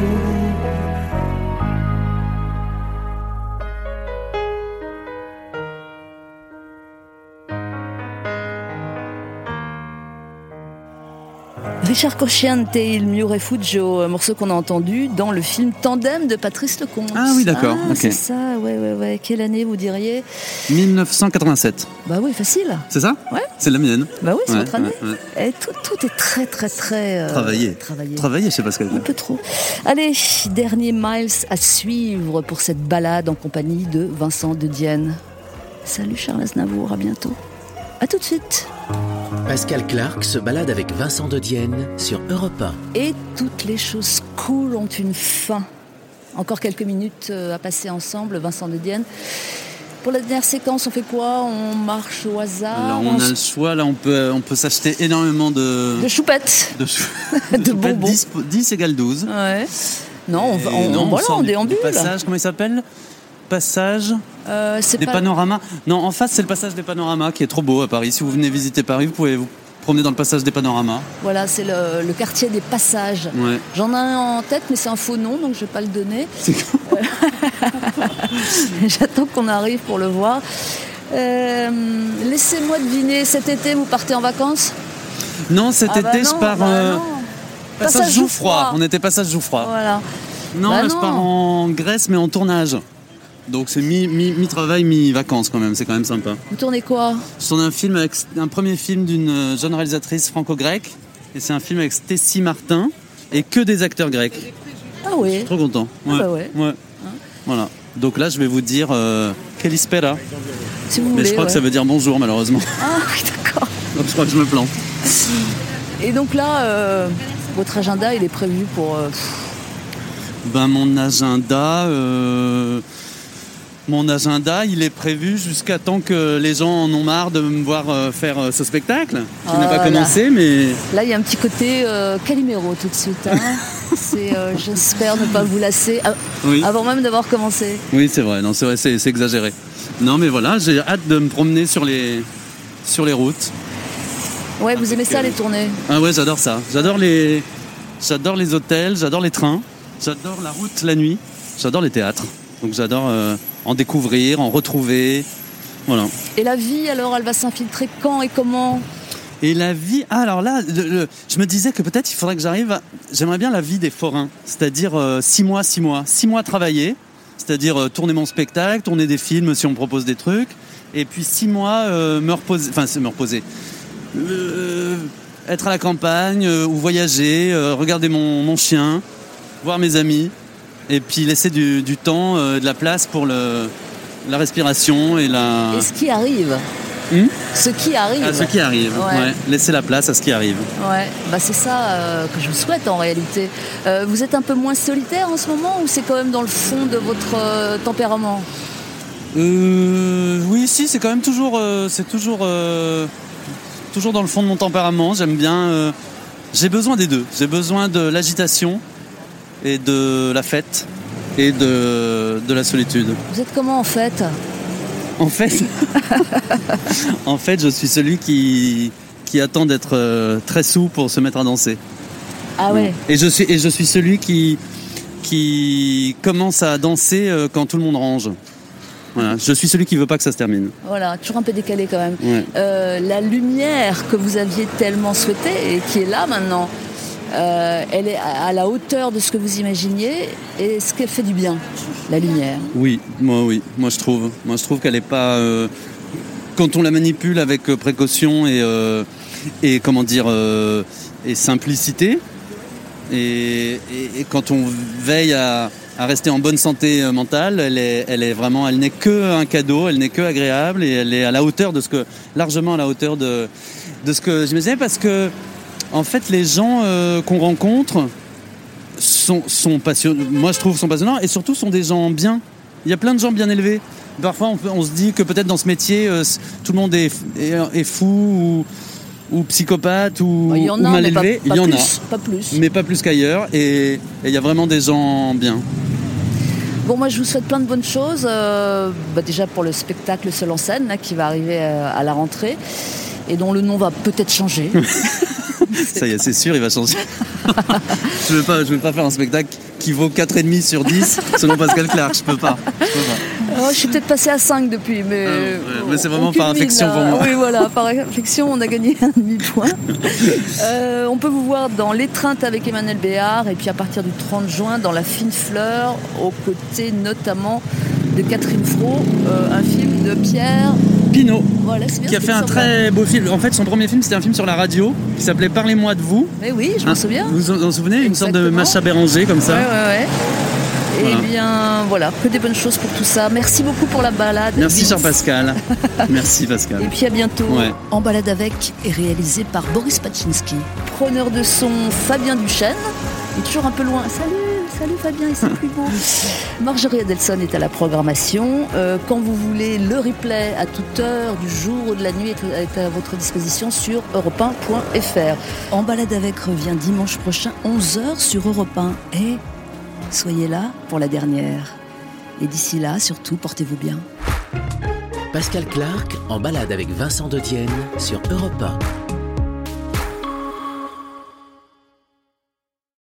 Richard Cocciante, Il Miure Fuggio, un morceau qu'on a entendu dans le film Tandem de Patrice Lecomte.
Ah oui, d'accord,
Ah,
ok.
C'est ça, ouais, ouais, ouais. Quelle année vous diriez
1987.
Bah oui, facile.
C'est ça
Ouais.
C'est la mienne.
Bah oui, c'est
Ouais,
votre année.
ouais, ouais.
Et tout, tout est très, très, très. euh,
Travailler.
Travaillé.
Travailler, je sais pas ce que
Un peu trop. Allez, dernier miles à suivre pour cette balade en compagnie de Vincent de Dienne. Salut Charles Aznavour, à bientôt. À tout de suite.
Pascal Clark se balade avec Vincent de Dienne sur Europe 1.
Et toutes les choses cool ont une fin. Encore quelques minutes euh, à passer ensemble, Vincent de Dienne. Pour la dernière séquence, on fait quoi On marche au hasard
Là, on a
se-
le choix. Là, on peut, on peut s'acheter énormément de.
De choupettes
de chou- de choupettes.
bonbons.
10, 10 égale 12.
Ouais. Non, on, va-
Et
on,
non,
voilà,
sort
on
du- du
déambule.
Passage, comment il s'appelle Passage
Euh, c'est
des
pas-
panoramas. Non, en face, c'est le passage des panoramas qui est trop beau à Paris. Si vous venez visiter Paris, vous pouvez vous promener dans le passage des panoramas.
Voilà, c'est le, le quartier des passages.
Ouais.
J'en ai un en tête, mais c'est un faux nom, donc je ne vais pas le donner.
C'est
J'attends qu'on arrive pour le voir. Euh, Laissez-moi deviner, cet été, vous partez en vacances
Non, cet
Ah
été,
bah
je
non,
pars.
bah
euh,
non.
Passage,
Passage
Jouffroy.
Jouffroy.
On était passage Jouffroy.
Voilà.
Non,
Bah
là, je
non.
pars en Grèce, mais en tournage. Donc c'est mi- mi- mi-travail, mi, vacances quand même, c'est quand même sympa.
Vous tournez quoi
Je tourne un, film avec, un premier film d'une euh, jeune réalisatrice franco-grecque, et c'est un film avec Stacy Martin, et que des acteurs grecs.
Ah oui.
Trop content.
Ah bah ouais.
Voilà. Donc là, je vais vous dire euh, Kelispera.
Si vous
Mais
voulez.
je crois que
ouais.
ça veut dire bonjour, malheureusement.
Ah oui, d'accord.
Donc je crois que je me plante.
Et donc là, euh, votre agenda, il est prévu pour. euh,
Ben, mon agenda. euh, Mon agenda, il est prévu jusqu'à temps que les gens en ont marre de me voir euh, faire euh, ce spectacle, qui n'a
Ah
pas
là.
commencé, mais
Là, il y a un petit côté euh, Calimero tout de suite. hein. C'est, euh, j'espère ne pas vous lasser ah,
oui,
avant même d'avoir commencé.
oui, c'est vrai, non, c'est vrai, c'est c'est exagéré. Non, mais voilà, j'ai hâte de me promener sur les sur les routes.
Ouais, vous aimez ça
euh,
les tournées
Ah ouais, j'adore ça. J'adore les j'adore les hôtels, j'adore les trains, j'adore la route la nuit, j'adore les théâtres. Donc j'adore euh, en découvrir, en retrouver, voilà.
Et la vie, alors, elle va s'infiltrer quand et comment
Et la vie, ah, alors là, le- le- je me disais que peut-être il faudrait que j'arrive. à- J'aimerais bien la vie des forains, c'est-à-dire euh, six mois, six mois, six mois travailler, c'est-à-dire euh, tourner mon spectacle, tourner des films si on me propose des trucs, et puis six mois euh, me reposer, enfin se- me reposer, Euh, être à la campagne euh, ou voyager, euh, regarder mon, mon chien, voir mes amis, et puis laisser du, du temps, euh, de la place pour le, la respiration et la.
Et ce qui arrive
Hein. Hmm
Ce qui arrive.
À ce qui arrive,
Ouais.
ouais. laisser la place à ce qui arrive.
Ouais, bah c'est ça euh, que je vous souhaite en réalité. Euh, vous êtes un peu moins solitaire en ce moment ou c'est quand même dans le fond de votre euh, tempérament
Euh, oui, si, c'est quand même toujours, euh, c'est toujours, euh, toujours dans le fond de mon tempérament. J'aime bien. euh, j'ai besoin des deux. J'ai besoin de l'agitation et de la fête et de, de la solitude.
Vous êtes comment en fait
En fait, en fait, je suis celui qui qui attend d'être euh, très sous pour se mettre à danser.
Ah ouais,
Et je suis et je suis celui qui qui commence à danser euh, quand tout le monde range. Voilà, je suis celui qui veut pas que ça se termine.
voilà, toujours un peu décalé quand même.
Ouais.
Euh, la lumière que vous aviez tellement souhaitée et qui est là maintenant, euh, elle est à à la hauteur de ce que vous imaginiez et ce qu'elle fait du bien, la lumière.
Oui, moi oui, moi je trouve. Moi je trouve qu'elle est pas. euh, quand on la manipule avec euh, précaution et, euh, et comment dire euh, et simplicité, et, et- et quand on veille à, à rester en bonne santé euh, mentale, elle est, elle est vraiment, elle n'est que un cadeau, elle n'est que agréable et elle est à la hauteur de ce que, largement à la hauteur de, de ce que j'imaginais parce que en fait les gens euh, qu'on rencontre sont, sont passionnants, moi je trouve sont passionnants et surtout sont des gens bien. Il y a plein de gens bien élevés. Parfois on, peut- on se dit que peut-être dans ce métier euh, c- tout le monde est, est, est fou ou, ou psychopathe ou,
Il y en
ou
a,
mal
mais pas,
élevé.
pas
Il y en a
plus, pas plus.
mais pas plus qu'ailleurs. Et et il y a vraiment des gens bien.
Bon, moi, je vous souhaite plein de bonnes choses. euh, bah, déjà pour le spectacle Seul en scène, là, qui va arriver euh, à la rentrée et dont le nom va peut-être changer.
Ça y est, c'est sûr, il va changer. je ne vais, pas faire un spectacle qui vaut 4,5 sur 10 selon Pascal Clark. Je peux pas. Je peux pas.
Oh, je suis peut-être passée à 5 depuis, mais.
Ah, ouais, mais c'est
on
vraiment par
culmine,
affection
là.
pour moi.
hein. Oui, voilà, par affection, on a gagné un demi-point. Euh, on peut vous voir dans L'étreinte avec Emmanuel Béard, et puis à partir du 30 juin, dans La fine fleur, aux côtés notamment de Catherine Fro, euh, un film de Pierre.
Pinot,
Voilà, c'est bien
qui
ce
a
qu'il
fait
me
un
semble.
très beau film. En fait, son premier film, c'était un film sur la radio qui s'appelait Parlez-moi de vous.
Mais oui, je m'en
Hein,
souviens.
Vous vous en souvenez Une sorte de
Exactement.
Macha Béranger comme ça.
Ouais, ouais, ouais.
Voilà.
Eh bien, voilà, que des bonnes choses pour tout ça. Merci beaucoup pour la balade.
Merci,
Vince.
cher Pascal. Merci, Pascal.
Et puis à bientôt.
Ouais.
En balade avec est réalisé par Boris Pachinski. Preneur de son Fabien Duchesne. Il est toujours un peu loin. Salut, salut Fabien, il c'est plus beau. Marjorie Adelson est à la programmation. Euh, quand vous voulez, le replay à toute heure du jour ou de la nuit est, est à votre disposition sur europe En balade avec revient dimanche prochain 11h sur Europe 1. Et soyez là pour la dernière. Et d'ici là, surtout, portez-vous bien.
Pascal Clark en balade avec Vincent Dodienne sur Europe 1.